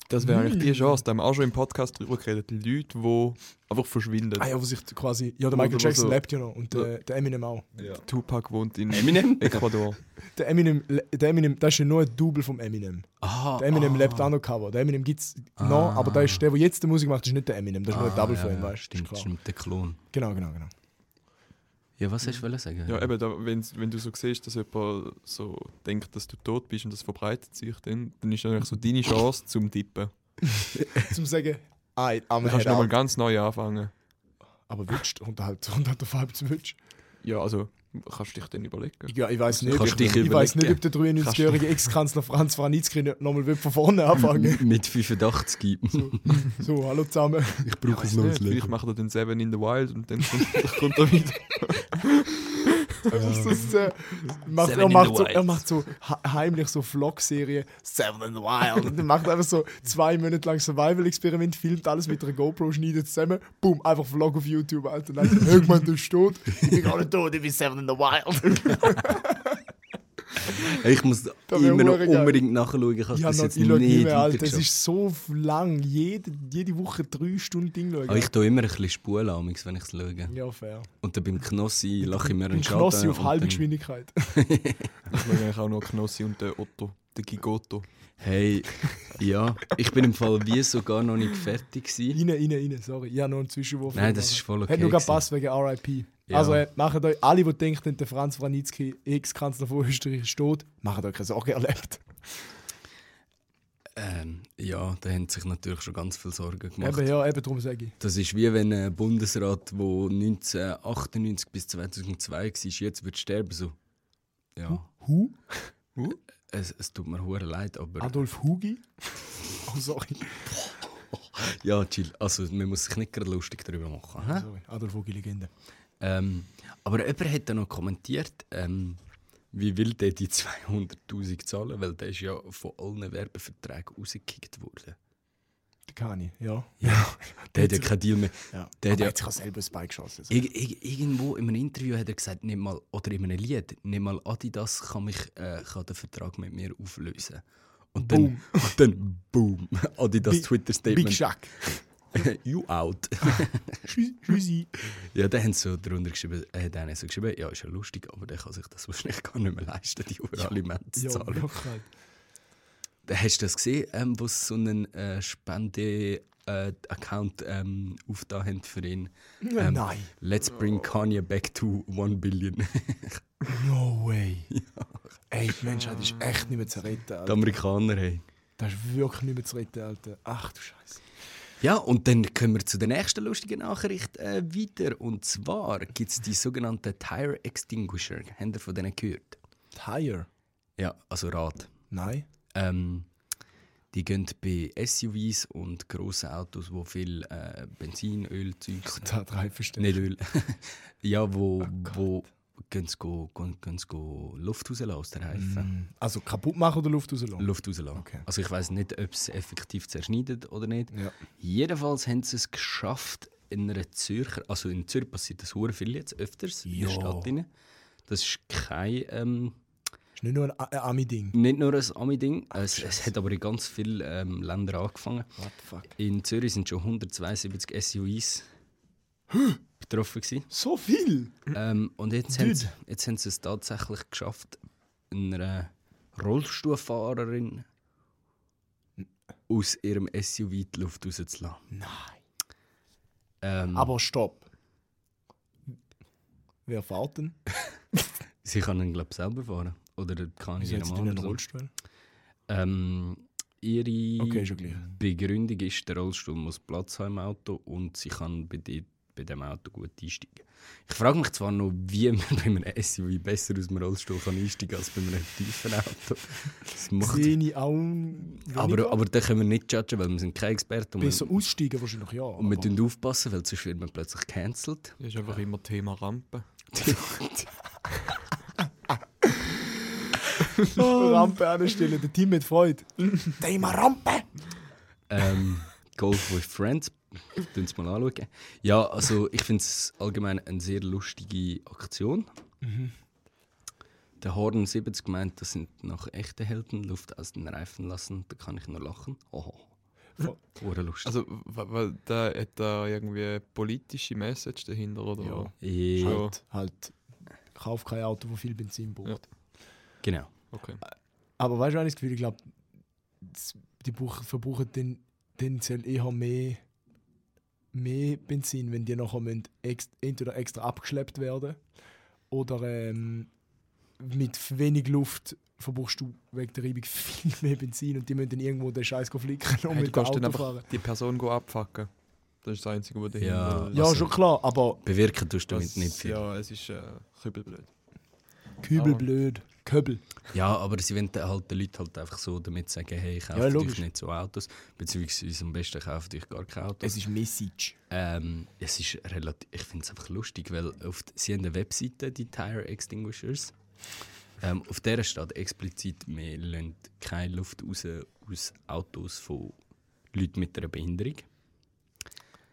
Speaker 1: das wäre eigentlich die Chance. Da haben wir auch schon im Podcast drüber geredet. Leute, die einfach verschwinden.
Speaker 3: Ah ja, wo sich quasi, ja, der
Speaker 1: Oder
Speaker 3: Michael Jackson
Speaker 1: so.
Speaker 3: lebt ja noch und der, der Eminem auch.
Speaker 1: Tupac wohnt in
Speaker 2: Eminem?
Speaker 1: Ecuador.
Speaker 3: Der Eminem, le- der Eminem, das ist ja nur ein Double vom Eminem.
Speaker 2: Aha.
Speaker 3: Der Eminem lebt auch noch Cover. Der Eminem gibt es noch, aber der, ist, der, der jetzt die Musik macht, ist nicht der Eminem, das ist nur ein Double von ihm, weißt du?
Speaker 2: Ah, Stimmt,
Speaker 3: Ist klar.
Speaker 2: stimmt, der Klon.
Speaker 3: Genau, genau, genau.
Speaker 2: Ja, was
Speaker 3: Mhm.
Speaker 2: hast du wollen sagen?
Speaker 1: Ja, eben, da, wenn's, wenn du so siehst, dass jemand so denkt, dass du tot bist und das verbreitet sich, dann, dann ist das eigentlich so deine Chance zum Tippen.
Speaker 3: Zum sagen, I, I'm
Speaker 1: Du
Speaker 3: a
Speaker 1: kannst
Speaker 3: head
Speaker 1: nochmal
Speaker 3: out.
Speaker 1: ganz neu anfangen.
Speaker 3: Aber wünscht, und halt, und halt auf halb zu wünsch.
Speaker 1: Ja, also kannst du dich dann überlegen.
Speaker 3: Ja, ich weiß nicht,
Speaker 2: Kannst
Speaker 3: ich,
Speaker 2: dich
Speaker 3: ich weiß nicht,
Speaker 2: überlegen.
Speaker 3: ob der 93-jährige Ex-Kanzler Franz Franitzky nicht nochmal will von vorne anfangen
Speaker 2: Mit 85.
Speaker 3: So, hallo zusammen.
Speaker 2: Ich brauche
Speaker 1: Weiss nicht, Vielleicht macht er den Seven in the Wild und dann kommt, dann kommt er wieder.
Speaker 3: Das ist, äh, macht,
Speaker 2: Seven
Speaker 3: er,
Speaker 2: in
Speaker 3: macht
Speaker 2: the
Speaker 3: so,
Speaker 2: Wild.
Speaker 3: er macht so he- heimlich so Vlog-Serien, Seven in the Wild. Und er macht einfach so zwei Monate lang Survival-Experiment, filmt alles mit einer GoPro, schneidet zusammen, boom, einfach Vlog auf YouTube, Alter. Dann irgendwann, du steht,
Speaker 4: Ich bin auch nicht tot, ich bin Seven in the Wild.
Speaker 2: Hey, ich muss
Speaker 3: wär
Speaker 2: immer noch
Speaker 3: hure geil.
Speaker 2: unbedingt nachschauen. Ich habe
Speaker 3: Ja,
Speaker 2: das
Speaker 3: noch,
Speaker 2: jetzt
Speaker 3: ich schaue nicht
Speaker 2: nicht
Speaker 3: mehr, Alter. Es
Speaker 2: weitergeschafft.
Speaker 3: ist so lang. Jede, jede Woche drei Stunden Ding schauen.
Speaker 2: Aber Ah, ich tue immer ein bisschen Spulen, amigs, wenn ich es schaue.
Speaker 3: ja, fair.
Speaker 2: Und dann beim Knossi lache ich mir
Speaker 3: Ein
Speaker 2: einen Schatten.
Speaker 3: Knossi auf
Speaker 2: und
Speaker 3: halbe
Speaker 2: dann-
Speaker 3: Geschwindigkeit.
Speaker 1: Ich mag eigentlich auch noch Knossi und den Otto, den Gigotto.
Speaker 2: Hey, ja, ich bin im Fall wie sogar noch nicht fertig gewesen.
Speaker 3: Innen, innen, innen, sorry. Ich habe noch einen Zwischenwurf.
Speaker 2: Nein, das ist voll okay.
Speaker 3: Hat nur
Speaker 2: gewesen.
Speaker 3: gepasst wegen RIP.
Speaker 2: Ja.
Speaker 3: Also äh, macht euch, alle, die denken, der Franz Franitzky, Ex-Kanzler von Österreich, ist tot, macht euch keine Sorge, er lebt.
Speaker 2: Ähm, ja, da haben sich natürlich schon ganz viel Sorgen gemacht.
Speaker 3: Eben, ja, eben darum sage ich.
Speaker 2: Das ist wie wenn ein Bundesrat, der 1998 bis 2002 war, jetzt wird sterben. So.
Speaker 3: Hm.
Speaker 2: Ja,
Speaker 3: Hu?
Speaker 2: es, es tut mir hure leid, aber
Speaker 3: Adolf Hugi? Oh, sorry.
Speaker 2: ja, chill. Also, man muss sich nicht gerade lustig darüber machen. hä?
Speaker 3: sorry. Adolf Hugi, Legende.
Speaker 2: Ähm, aber jemand hat dann noch kommentiert, ähm, wie will der die 200.000 zahlen, weil der ist ja von allen Werbeverträgen rausgekickt worden.
Speaker 3: Der Kani, ja.
Speaker 2: Der hat ja keinen Deal mehr.
Speaker 3: ja.
Speaker 2: Der hat
Speaker 3: Aber
Speaker 2: ja-
Speaker 3: jetzt kann selber ein Bike geschossen. Also.
Speaker 2: Ir ir irgendwo in einem Interview hat er gesagt, nicht mal, oder in einem Lied, nicht mal Adidas kann, mich, äh, kann den Vertrag mit mir auflösen. Und dann,
Speaker 3: Boom.
Speaker 2: und dann boom, Adidas
Speaker 3: Big- Big
Speaker 2: Twitter-Statement,
Speaker 3: Shack.
Speaker 2: you out.
Speaker 3: Tschüss- Tschüssi.
Speaker 2: ja, dann haben sie so darunter geschrieben, äh, dann haben sie geschrieben, ja, ist ja lustig, aber der kann sich das wahrscheinlich gar nicht mehr leisten, die ja. Alimente zu
Speaker 3: Ja,
Speaker 2: zahlen.
Speaker 3: wirklich.
Speaker 2: Hast du das gesehen, ähm, wo sie so einen äh, Spende-Account ähm, aufgetan haben für ihn? Ähm,
Speaker 3: Nein.
Speaker 2: Let's bring Kanye back to 1 Billion.
Speaker 3: No way. Ey, die Menschheit ist echt nicht mehr zu retten,
Speaker 2: Die
Speaker 3: Alter.
Speaker 2: Amerikaner, hey.
Speaker 3: Das ist wirklich nicht mehr zu retten, Alter. Ach du Scheiße.
Speaker 2: Ja, und dann kommen wir zu der nächsten lustigen Nachricht äh, weiter. Und zwar gibt es die sogenannten Tire Extinguisher. Habt ihr von denen gehört?
Speaker 3: Tire?
Speaker 2: Ja, also Rad.
Speaker 3: Nein.
Speaker 2: Ähm, die gehen bei SUVs und grossen Autos, die viel äh, Benzin, Öl, Zeugs
Speaker 3: Da drei verstehen.
Speaker 2: Nicht Öl. ja,
Speaker 3: Oh
Speaker 2: wo, wo gehen sie, go, gehen, gehen sie go Luft rauslassen aus der Reifen.
Speaker 3: Also kaputt machen oder Luft rauslassen?
Speaker 2: Luft rauslassen.
Speaker 3: Okay.
Speaker 2: Also ich weiß nicht, ob es effektiv zerschneidet oder nicht.
Speaker 3: Ja.
Speaker 2: Jedenfalls haben sie es geschafft, in einer Zürcher, also in Zürich passiert das hure viel jetzt öfters, in der
Speaker 3: Ja.
Speaker 2: Stadt rein. Das ist kein, ähm,
Speaker 3: Ist nicht nur ein A- ein Ami-Ding.
Speaker 2: nicht nur ein Ami-Ding, es, es hat aber in ganz vielen ähm, Ländern angefangen.
Speaker 3: What the fuck?
Speaker 2: In Zürich sind schon 172 SUVs betroffen gewesen.
Speaker 3: So viel?
Speaker 2: Ähm, und jetzt
Speaker 3: Hm? Dude.
Speaker 2: haben, sie, jetzt haben sie es tatsächlich geschafft, einer Rollstuhlfahrerin aus ihrem SUV die Luft rauszulassen.
Speaker 3: Nein.
Speaker 2: Ähm,
Speaker 3: Aber stopp. Wer fährt denn?
Speaker 2: sie kann ihn, glaube ich, selber fahren. Oder kann ich
Speaker 3: Wieso hat sie denn einen Rollstuhl?
Speaker 2: ähm, Ihre
Speaker 3: Okay, ist ja gleich.
Speaker 2: Begründung ist, der Rollstuhl muss Platz haben im Auto und sie kann bei, di- bei dem Auto gut einsteigen. Ich frage mich zwar noch, wie man bei einem SUV besser aus dem Rollstuhl kann einsteigen als bei einem tiefen Auto. Das macht
Speaker 3: Sehe ich auch weniger?
Speaker 2: Aber, aber da können wir nicht judgen, weil wir sind keine Experten und,
Speaker 3: Besser
Speaker 2: wir-
Speaker 3: aussteigen wahrscheinlich, ja.
Speaker 2: und wir
Speaker 3: aber-
Speaker 2: müssen aufpassen, weil sonst wird man plötzlich gecancelt.
Speaker 1: Das ist einfach immer Thema Rampe.
Speaker 3: Rampe anstellen, der Team hat Freude. Thema Rampe!
Speaker 2: Ähm, Golf with Friends, schauen Sie mal anschauen. Ja, also ich finde es allgemein eine sehr lustige Aktion. Mhm. Der Horn 70 meint, das sind noch echte Helden, Luft aus den Reifen lassen, da kann ich nur lachen. Oho. Wurde lustig.
Speaker 1: Also, w- weil da hat da irgendwie eine politische Message dahinter, oder?
Speaker 3: Ja.
Speaker 2: ja,
Speaker 1: schon.
Speaker 3: Halt, halt, kauf kein Auto, das viel Benzin braucht.
Speaker 1: Ja.
Speaker 2: genau.
Speaker 1: Okay.
Speaker 3: Aber weißt du, was ich das Gefühl, ich glaube, die brauchen, verbrauchen ten- tendenziell eher mehr, mehr Benzin, wenn die nachher müssen ex, entweder extra abgeschleppt werden oder ähm, mit f- wenig Luft verbrauchst du wegen der Reibung viel mehr Benzin und die müssen dann irgendwo den Scheiß flicken
Speaker 1: Hey, du
Speaker 3: und mit dem
Speaker 1: kannst dann
Speaker 3: Auto
Speaker 1: einfach
Speaker 3: fahren.
Speaker 1: die Person go abfacken. Das ist das Einzige, was dahinter
Speaker 2: Ja.
Speaker 1: ist.
Speaker 3: Ja,
Speaker 2: Also-
Speaker 3: schon klar, aber
Speaker 2: Bewirken tust du damit
Speaker 1: Das,
Speaker 2: nicht viel.
Speaker 1: ja, es ist äh, kübelblöd.
Speaker 3: kübelblöd, köbel.
Speaker 2: Ja, aber sie wollen halt den Leuten halt einfach so damit sagen, hey, ich kaufe
Speaker 3: Ja,
Speaker 2: euch
Speaker 3: logisch.
Speaker 2: nicht so Autos, beziehungsweise am besten kauft euch gar kein Auto.
Speaker 3: Es ist Message.
Speaker 2: ähm, es ist relativ, ich finde es einfach lustig, weil auf d- sie haben eine Webseite, die Tire Extinguishers. Ähm, auf der steht explizit, wir lassen keine Luft raus aus Autos von Leuten mit einer Behinderung.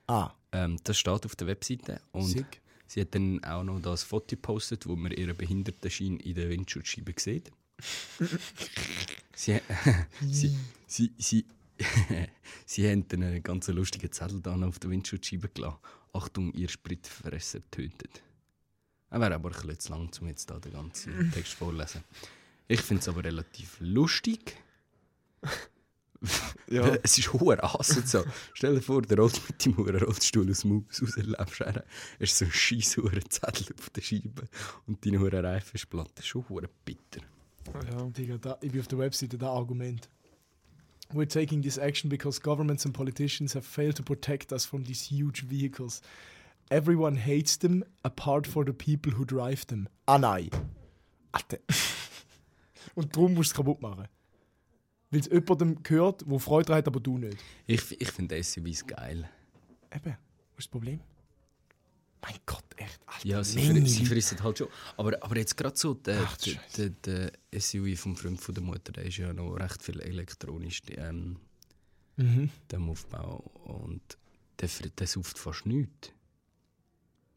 Speaker 3: Ah,
Speaker 2: Ähm, das steht auf der Webseite und
Speaker 3: Sick.
Speaker 2: sie hat dann auch noch das Foto gepostet, wo man ihren Behindertenschein in der Windschutzscheibe sieht. Sie, sie, sie, sie, sie haben dann einen ganz lustigen Zettel da auf der Windschutzscheibe gelassen. Achtung, ihr Spritfresser tötet. Er wäre aber ein bisschen zu lang, um jetzt da den ganzen Text vorzulesen. Ich finde es aber relativ lustig.
Speaker 1: Ja.
Speaker 2: Es ist hoher asozial. Stell dir vor, der rollt mit dem Huren Rollstuhl aus dem Maus raus, läufst her, ist so ein scheiß Huren Zettel auf der Scheibe und dein Huren Reifen ist platt. Das ist schon hoher bitter.
Speaker 1: ja.
Speaker 3: Digga, da, ich bin auf der Webseite, das Argument. We're taking this action because governments and politicians have failed to protect us from these huge vehicles. Everyone hates them, apart for the people who drive them. Ah nein. Alter. Und darum musst du es kaputt machen. Weil es jemandem gehört, wo Freude hat, aber du nicht.
Speaker 2: Ich, f- ich finde SUVs geil.
Speaker 3: Eben, was ist das Problem? Mein Gott, echt, Alter.
Speaker 2: Ja, sie,
Speaker 3: Menge
Speaker 2: fri sie
Speaker 3: Leute.
Speaker 2: frissen halt schon. Aber, aber jetzt gerade so, der,
Speaker 3: Ach,
Speaker 2: der, der, der SUV vom Freund von der Mutter, der ist ja noch recht viel elektronisch, die, ähm,
Speaker 3: Mhm.
Speaker 2: dem Aufbau. Und der, fri- der sauft fast nichts.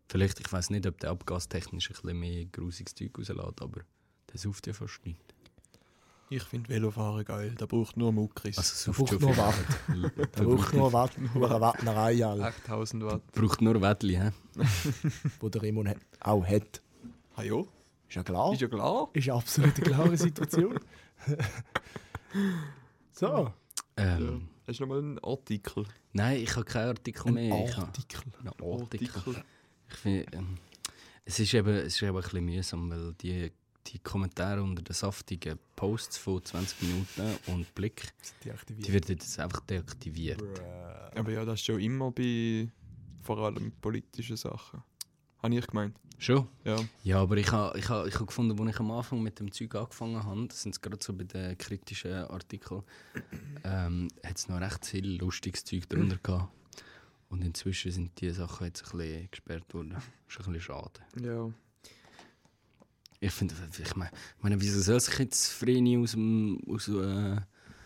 Speaker 2: Vielleicht, ich weiß nicht, ob der abgastechnisch ein bisschen mehr grusiges Zeug rauslässt, aber der sauft ja fast nichts.
Speaker 1: Ich finde Velofahren geil, da braucht nur Muckris.
Speaker 2: Also
Speaker 3: braucht nur Watt.
Speaker 2: Der
Speaker 3: Da braucht nur eine Watt- nur eine Wattnerei, Alter,
Speaker 1: 8000 Watt.
Speaker 2: braucht nur Wädli, hä?
Speaker 3: wo der Raymond hat- auch hat.
Speaker 1: Ah ja,
Speaker 3: Ist ja klar.
Speaker 1: ist ja klar.
Speaker 3: Ist eine absolut klare Situation. so.
Speaker 2: Ähm,
Speaker 1: Hast du nochmal einen Artikel?
Speaker 2: Nein, ich habe keinen Artikel mehr. Ich habe-
Speaker 3: Artikel.
Speaker 2: Ein Artikel. Ich find, ähm, es, ist eben, es ist eben ein bisschen mühsam, weil die, die Kommentare unter den saftigen Posts von 20 Minuten und Blick, die
Speaker 3: Deaktiviert.
Speaker 2: werden jetzt einfach deaktiviert.
Speaker 1: Aber ja, das ist schon immer bei vor allem politischen Sachen. Habe ich gemeint.
Speaker 2: Schon?
Speaker 1: Ja.
Speaker 2: Ja, aber ich habe ich ha, ich ha gefunden, als ich am Anfang mit dem Zeug angefangen habe, das sind gerade so bei den kritischen Artikeln, ähm, hat es noch recht viel lustiges Zeug drunter gehabt. Und inzwischen sind diese Sachen jetzt ein bisschen gesperrt worden. Ist ein bisschen schade.
Speaker 1: Ja.
Speaker 2: Ich finde, ich meine, ich meine, wieso soll sich jetzt Vreni aus dem, aus, äh,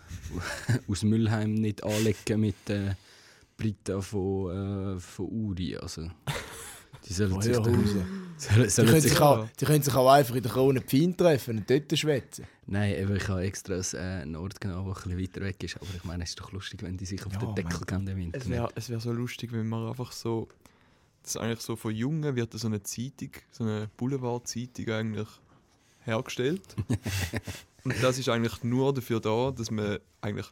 Speaker 2: aus Müllheim nicht anlegen mit äh, Britta von, äh, von Uri? Also, die sollen sich dann,
Speaker 3: Die
Speaker 2: sollen, sollen
Speaker 3: können,
Speaker 2: sich,
Speaker 3: sich auch, die können sich auch einfach in der Krone Pfein treffen und dort schwätzen.
Speaker 2: Nein, eben, ich habe extra äh, einen Ort genommen, der ein bisschen weiter weg ist. Aber ich meine, es ist doch lustig, wenn die sich auf
Speaker 3: Ja,
Speaker 2: den Deckel
Speaker 3: mein
Speaker 2: gehen im
Speaker 1: Es
Speaker 2: Internet.
Speaker 1: wäre es wär so lustig, wenn man einfach so. Das eigentlich so von Jungen wird so eine Zeitung, so eine Boulevard-Zeitung eigentlich hergestellt. Und das ist eigentlich nur dafür da, dass man eigentlich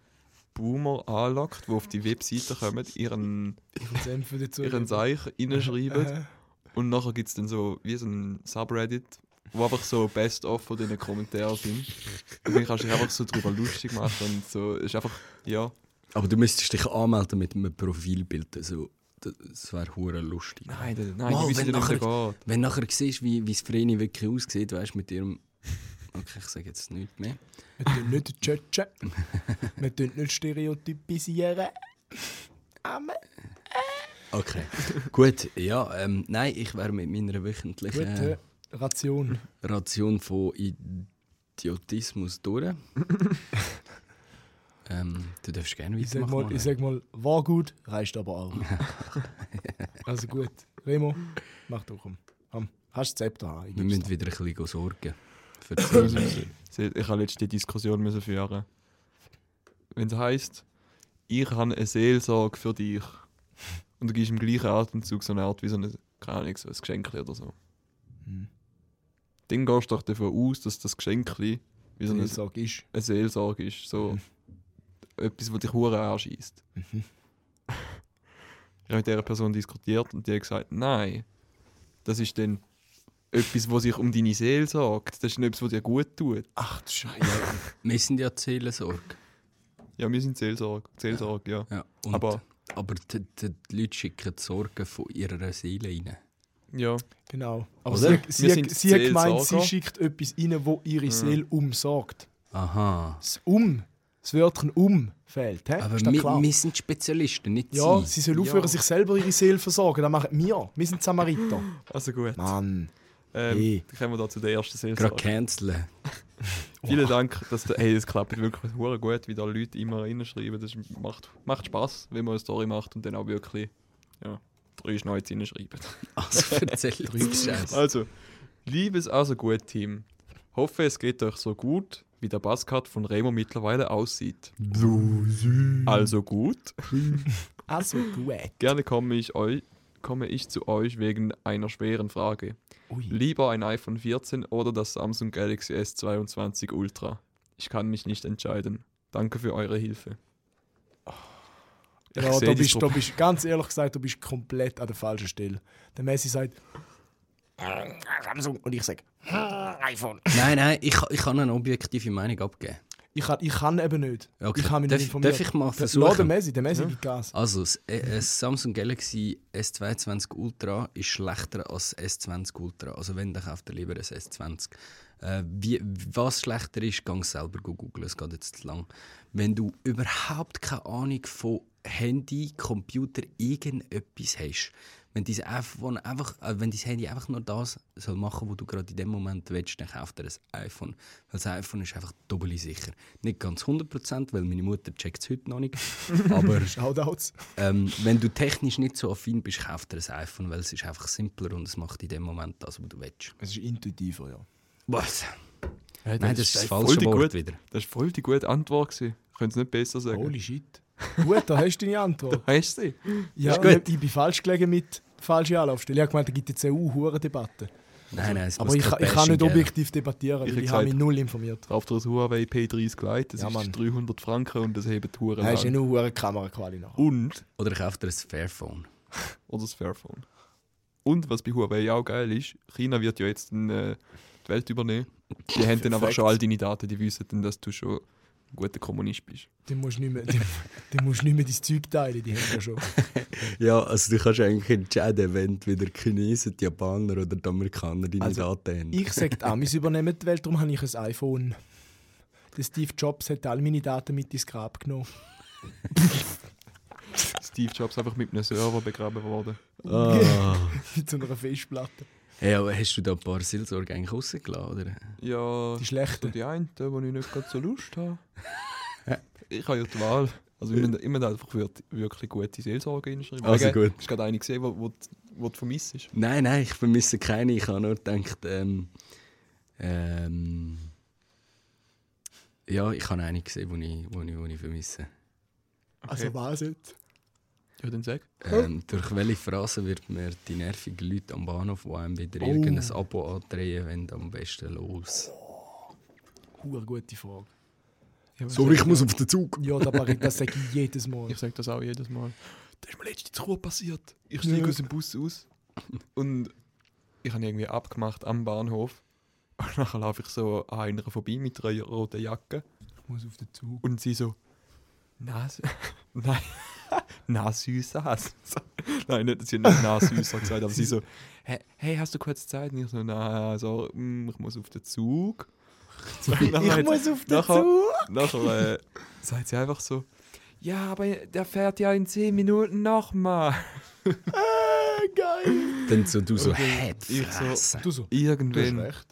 Speaker 1: Boomer anlockt, die auf die Webseite kommen, ihren,
Speaker 3: Und dann für die
Speaker 1: ihren
Speaker 3: Zuhörer.
Speaker 1: Seich reinschreiben. Und nachher gibt es dann so wie so ein Subreddit, wo einfach so best of von diesen Kommentaren sind. Und dann kannst du dich einfach so drüber lustig machen und so. Es Ist einfach, ja.
Speaker 2: Aber du müsstest dich anmelden mit einem Profilbild. Also, das das wäre hure lustig.
Speaker 1: Nein, nein, nein,
Speaker 2: Mal,
Speaker 1: du weißt
Speaker 2: wenn
Speaker 1: nicht, wie es
Speaker 2: nachher-
Speaker 1: geht.
Speaker 2: Wenn du nachher siehst, wie, wie das Vreni wirklich aussieht, weißt du, mit ihrem. Okay, ich sage jetzt nichts mehr.
Speaker 3: Wir tun nicht judgen. Wir tun nicht stereotypisieren. Amen.
Speaker 2: Okay. Gut, ja, ähm, nein, ich wäre mit meiner wöchentlichen
Speaker 3: Gute Ration.
Speaker 2: Ration von Idiotismus durch. ähm, du darfst gerne
Speaker 3: Ich sag,
Speaker 2: weitermachen.
Speaker 3: mal, ich
Speaker 2: Manuel.
Speaker 3: sag mal, war gut, reicht aber auch. also gut. Remo, mach doch um. Komm, hast du das Zepter? haben, ich geb's
Speaker 2: Wir müssen
Speaker 3: dir.
Speaker 2: wieder ein bisschen sorgen. Für die Seele.
Speaker 1: Ich habe letzte Diskussion müssen führen. Wenn es heisst, ich habe eine Seelsorge für dich. Und du gibst im gleichen Atemzug so eine Art wie so eine, keine Ahnung, so ein Geschenk oder so.
Speaker 3: Mhm.
Speaker 1: Dann gehst du doch davon aus, dass das Geschenk wie so eine,
Speaker 3: Seelsorge ist.
Speaker 1: eine Seelsorge ist. So etwas, was dich hure anschießt. Ich habe mit dieser Person diskutiert und die hat gesagt, nein, das ist dann etwas, was sich um deine Seele sorgt. Das ist nicht etwas, was dir gut tut.
Speaker 3: Ach du Scheiße.
Speaker 2: Wir sind ja die Seelensorge.
Speaker 1: Ja, wir sind Seelsorge. Seelsorge, ja.
Speaker 2: Ja, und-
Speaker 1: Aber-
Speaker 2: aber die, die, die Leute schicken die Sorgen von ihrer Seele rein.
Speaker 1: Ja,
Speaker 3: Genau. Aber
Speaker 1: Oder?
Speaker 3: sie,
Speaker 1: Wir
Speaker 3: sie,
Speaker 1: sind
Speaker 3: sie hat gemeint, sie
Speaker 1: Seelsorger.
Speaker 3: schickt etwas rein, wo ihre Seele umsorgt.
Speaker 2: Aha.
Speaker 3: Das Um, das Wörtchen Um fehlt. Hä?
Speaker 2: Aber
Speaker 3: Ist das
Speaker 2: wir,
Speaker 3: klar?
Speaker 2: wir sind Spezialisten, nicht
Speaker 3: ja,
Speaker 2: sie.
Speaker 3: sie soll aufhören, sich selber ihre Seele versorgen. Das machen wir. Wir sind Samariter.
Speaker 1: also gut.
Speaker 3: Mann.
Speaker 1: Ähm,
Speaker 3: Hey.
Speaker 1: Dann kommen wir da zu der ersten
Speaker 2: Gerade
Speaker 1: Seelsorge.
Speaker 2: canceln.
Speaker 1: Vielen Dank, dass der, hey, es klappt wirklich hure gut, wie da Leute immer reinschreiben. Das ist- macht, macht Spass, wenn man eine Story macht und dann auch wirklich ja, drei Schneuze reinschreiben.
Speaker 2: Also erzähl uns Scheiße.
Speaker 1: Also, liebes also gut Team. Hoffe, es geht euch so gut, wie der Buzzcut von Remo mittlerweile aussieht. Also gut.
Speaker 3: Also gut.
Speaker 1: Gerne komme ich, eu komme ich zu euch wegen einer schweren Frage.
Speaker 3: Ui.
Speaker 1: Lieber ein iPhone 14 oder das Samsung Galaxy S22 Ultra? Ich kann mich nicht entscheiden. Danke für eure Hilfe. Ich
Speaker 3: Ja,
Speaker 1: seh
Speaker 3: da
Speaker 1: dein
Speaker 3: bist, da
Speaker 1: Problem.
Speaker 3: bist, ganz ehrlich gesagt, du bist komplett an der falschen Stelle. Der Messi sagt,
Speaker 4: Samsung. Und ich sage, iPhone.
Speaker 2: Nein, nein, ich, ich kann eine objektive Meinung abgeben.
Speaker 3: ich kann, ich kann eben nicht.
Speaker 2: Okay.
Speaker 3: Ich kann mich
Speaker 2: Darf-
Speaker 3: nicht informiert.
Speaker 2: darf ich mal
Speaker 3: Der-
Speaker 2: versuchen?
Speaker 3: Lass den Messi, der Messi gibt Gas.
Speaker 2: Also, das äh, äh, Samsung Galaxy S22 Ultra ist schlechter als das S20 Ultra. Also, wenn, dann kauft ihr lieber das S20. Äh, wie, was schlechter ist, gang selber googeln, es geht jetzt zu lang. Wenn du überhaupt keine Ahnung von Handy, Computer, irgendetwas hast, wenn dein, iPhone einfach, äh, wenn dein Handy einfach nur das soll machen was du gerade in dem Moment willst, dann kauft er ein iPhone. Weil das iPhone ist einfach doppelt sicher. Nicht ganz 100%, weil meine Mutter checkt es heute noch nicht. aber
Speaker 3: Shoutouts.
Speaker 2: ähm, wenn du technisch nicht so affin bist, kauf dir ein iPhone, weil es ist einfach simpler und es macht in dem Moment das, was du willst.
Speaker 3: Es ist intuitiver, ja.
Speaker 2: Was?
Speaker 1: Ja,
Speaker 2: Nein, das ist das
Speaker 1: echt
Speaker 2: falsche
Speaker 1: die
Speaker 2: Wort
Speaker 1: gute-
Speaker 2: wieder.
Speaker 1: Das ist voll die gute Antwort. Gewesen. Ich könnte es nicht besser sagen.
Speaker 3: Holy shit. Gut, da hast du deine Antwort.
Speaker 1: Hast du sie?
Speaker 3: Ja,
Speaker 2: ist gut.
Speaker 3: ich bin falsch gelegen mit falsche Anlaufstelle. Ich habe gemeint, da gibt jetzt eine hure Debatte.
Speaker 2: Nein, nein, es
Speaker 3: Aber
Speaker 2: muss
Speaker 3: ich,
Speaker 2: kein
Speaker 3: ich kann
Speaker 2: Bashing
Speaker 3: nicht
Speaker 2: geben.
Speaker 3: objektiv debattieren, weil
Speaker 1: Ich
Speaker 3: ich,
Speaker 1: hab
Speaker 3: habe
Speaker 1: gesagt-
Speaker 3: mich null informiert.
Speaker 1: Drauf das Huawei P30 Lite, das
Speaker 3: Ja,
Speaker 1: ist
Speaker 3: Mann.
Speaker 1: 300 Franken und das hebt Huren
Speaker 2: genau.
Speaker 3: Da hast du ja
Speaker 1: lang.
Speaker 3: nur hure Kameraquali nach.
Speaker 1: Und,
Speaker 2: Oder kauf dir ein Fairphone.
Speaker 1: oder das Fairphone. Und was bei Huawei auch geil ist, China wird ja jetzt äh, die Welt übernehmen. Die haben dann einfach schon all deine Daten, die wissen dann, dass du schon ein guter Kommunist bist.
Speaker 3: Dann musst du nicht mehr, dann, dann musst du nicht mehr dein Zeug teilen, die haben ja schon.
Speaker 2: Ja, also du kannst eigentlich entscheiden, wenn wieder die Chinesen, die Japaner oder die Amerikaner deine
Speaker 3: Also,
Speaker 2: Daten haben.
Speaker 3: Ich sage, die Amis übernehmen die Welt, darum habe ich ein iPhone. Der Steve Jobs hat all meine Daten mit ins Grab genommen.
Speaker 1: Steve Jobs einfach mit einem Server begraben worden.
Speaker 3: mit so einer Festplatte.
Speaker 2: Hey, aber hast du da ein paar Seelsorge eigentlich rausgelassen, oder?
Speaker 1: Ja,
Speaker 3: Die schlechte.
Speaker 1: so die einen, wo ich nicht gerade so Lust habe. ich habe ja die Wahl. Also ich meine einfach würd- wirklich gute Seelsorge hinschreiben.
Speaker 2: Also
Speaker 1: Wegen-
Speaker 2: gut.
Speaker 1: Hast du gerade eine gesehen, wo, wo, du- wo du vermisst?
Speaker 2: Nein, nein, ich vermisse keine. Ich habe nur gedacht, ähm, ähm, ja, ich habe eine gesehen, die ich, wo ich, wo ich vermisse.
Speaker 3: Also was jetzt?
Speaker 1: Ja, dann sag.
Speaker 2: Ähm, durch welche Phrase wird mir die nervigen Leute am Bahnhof, die einem wieder irgendein Abo andrehen, wenn am besten los?
Speaker 3: Hure gute Frage.
Speaker 2: auf den Zug.
Speaker 3: Ja, da mache ich- das sage ich jedes Mal.
Speaker 1: Ich sage das auch jedes Mal. Das ist mir letztens in Chur passiert. Ich steige aus dem Bus aus und ich habe irgendwie abgemacht am Bahnhof. Und nachher laufe ich so an einer vorbei mit einer roten Jacke
Speaker 3: Ich muss auf den Zug.
Speaker 1: und sie so, na, sü- nein, na süßer Hass. Nein, nicht, sie hat nicht na süßer gesagt, aber sie so, hey, hey, hast du kurz Zeit? Und ich so, na, also, mm, ich muss auf den Zug.
Speaker 3: Ich muss auf den
Speaker 1: nachher-
Speaker 3: Zug!
Speaker 1: Nachher äh, sagt sie einfach so, ja, aber der fährt ja in 10 Minuten nochmal.
Speaker 3: Ah, geil!
Speaker 2: Dann so du so, hä,
Speaker 1: Ich so-
Speaker 2: Fresse.
Speaker 3: Du so, du hast
Speaker 1: Irgendwann.
Speaker 3: recht.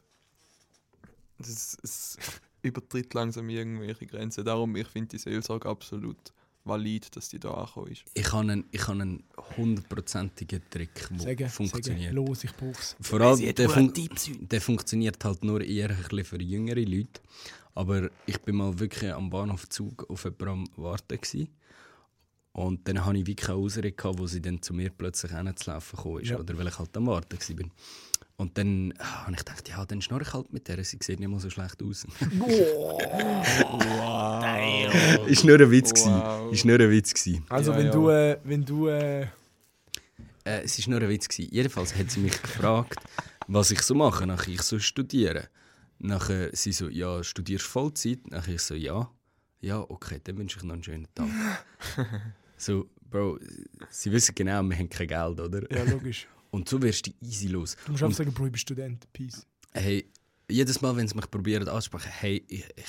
Speaker 1: Das, es übertritt langsam irgendwelche Grenzen. Darum, ich finde die Seelsorge absolut valid, dass die da angekommen ist.
Speaker 2: Ich habe einen, ich habe einen hundertprozentigen Trick,
Speaker 3: Sagen, sagen,
Speaker 2: der funktioniert.
Speaker 3: los, ich brauch's.
Speaker 2: Vor allem, der, fun der funktioniert halt nur eher ein bisschen für jüngere Leute. Aber ich bin mal wirklich am Bahnhof Zug auf jemanden am warten. Gewesen. Und dann hatte ich wie keine Ausrede, gehabt, wo sie dann zu mir plötzlich hinzulaufen gekommen ist.
Speaker 3: Ja.
Speaker 2: Oder weil ich halt am Warten war. Und dann ah, habe ich gedacht, ja, dann schnurre ich halt mit der. Sie sieht nicht mal so schlecht aus.
Speaker 4: Ah.
Speaker 2: ist nur ein Witz.
Speaker 1: Wow.
Speaker 2: Wow. Ist nur ein Witz. Gewesen.
Speaker 3: Also,
Speaker 1: Ja,
Speaker 3: wenn,
Speaker 1: ja.
Speaker 3: Du, äh, wenn du. Äh,
Speaker 2: Äh, es war nur ein Witz. Gewesen. Jedenfalls hat sie mich gefragt, was ich so mache, nachher ich so studiere. Nachher sie so, ja, studierst Vollzeit? Nachher ich so, ja. Ja, okay, dann wünsche ich noch einen schönen Tag. so, Bro, sie wissen genau, wir haben kein Geld, oder?
Speaker 3: ja, logisch.
Speaker 2: Und so wirst du easy los.
Speaker 3: Du musst einfach sagen, Bro, ich bin Student. Peace.
Speaker 2: Hey, jedes Mal, wenn sie mich probieren anzusprechen, hey, ich, ich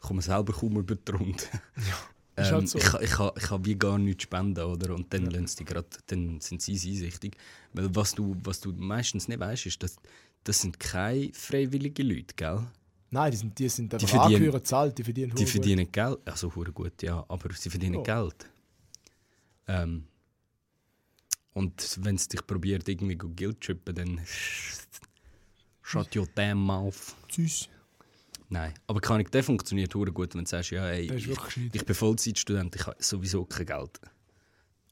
Speaker 2: komme selber kaum über die Runde.
Speaker 3: Ist
Speaker 2: ähm,
Speaker 3: halt so.
Speaker 2: Ich, kann- ich, kann- ich kann wie gar nichts spenden, oder? Und dann, lassen sie die grad, dann sind sie einsichtig. Weil was du, was du meistens nicht weißt, ist, dass das sind keine freiwilligen Leute, gell?
Speaker 3: Nein, die sind, die sind einfach
Speaker 2: verdienen-
Speaker 3: angehören, zahlt, die verdienen
Speaker 2: Die
Speaker 3: hure gut.
Speaker 2: verdienen Geld. Also, hure gut, ja. Aber sie verdienen Geld. Ähm, und wenn sie dich probiert, irgendwie guilt trippen, dann shut your damn mouth.
Speaker 3: Tschüss.
Speaker 2: Nein, aber kann ich, der funktioniert hure gut, wenn du sagst, ja, ey,
Speaker 3: Das ist
Speaker 2: ich,
Speaker 3: wirklich gescheit.
Speaker 2: ich bin Vollzeitstudent, ich habe sowieso kein Geld.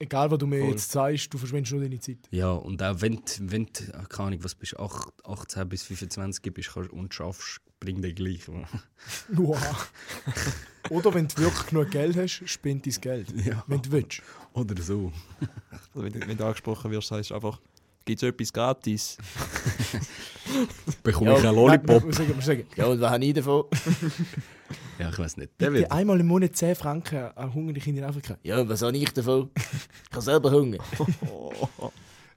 Speaker 3: Egal, was du mir jetzt sagst, du verschwendest nur deine Zeit.
Speaker 2: Ja, und auch wenn, du- wenn du, ach, keine Ahnung, was bist, acht- 18 bis 25 bist kannst, und schaffst, bringt dir gleich.
Speaker 3: Wow. Oder wenn du wirklich genug Geld hast, spend dein Geld.
Speaker 2: Ja.
Speaker 3: Wenn du willst.
Speaker 2: Oder so.
Speaker 1: Also wenn, du- wenn du angesprochen wirst, heißt es einfach, gibt es etwas gratis?
Speaker 2: Bekomme ich einen
Speaker 3: Nein,
Speaker 2: Lollipop.
Speaker 3: wir sagen, wir sagen,
Speaker 4: Ja, und was habe ich davon?
Speaker 2: Ja, ich weiß nicht. Der
Speaker 3: bitte ah.
Speaker 2: wird,
Speaker 3: einmal im Monat 10 Franken an hungernde Kinder in Afrika.
Speaker 4: Ja, und was habe ich davon? Ich habe selber Hunger.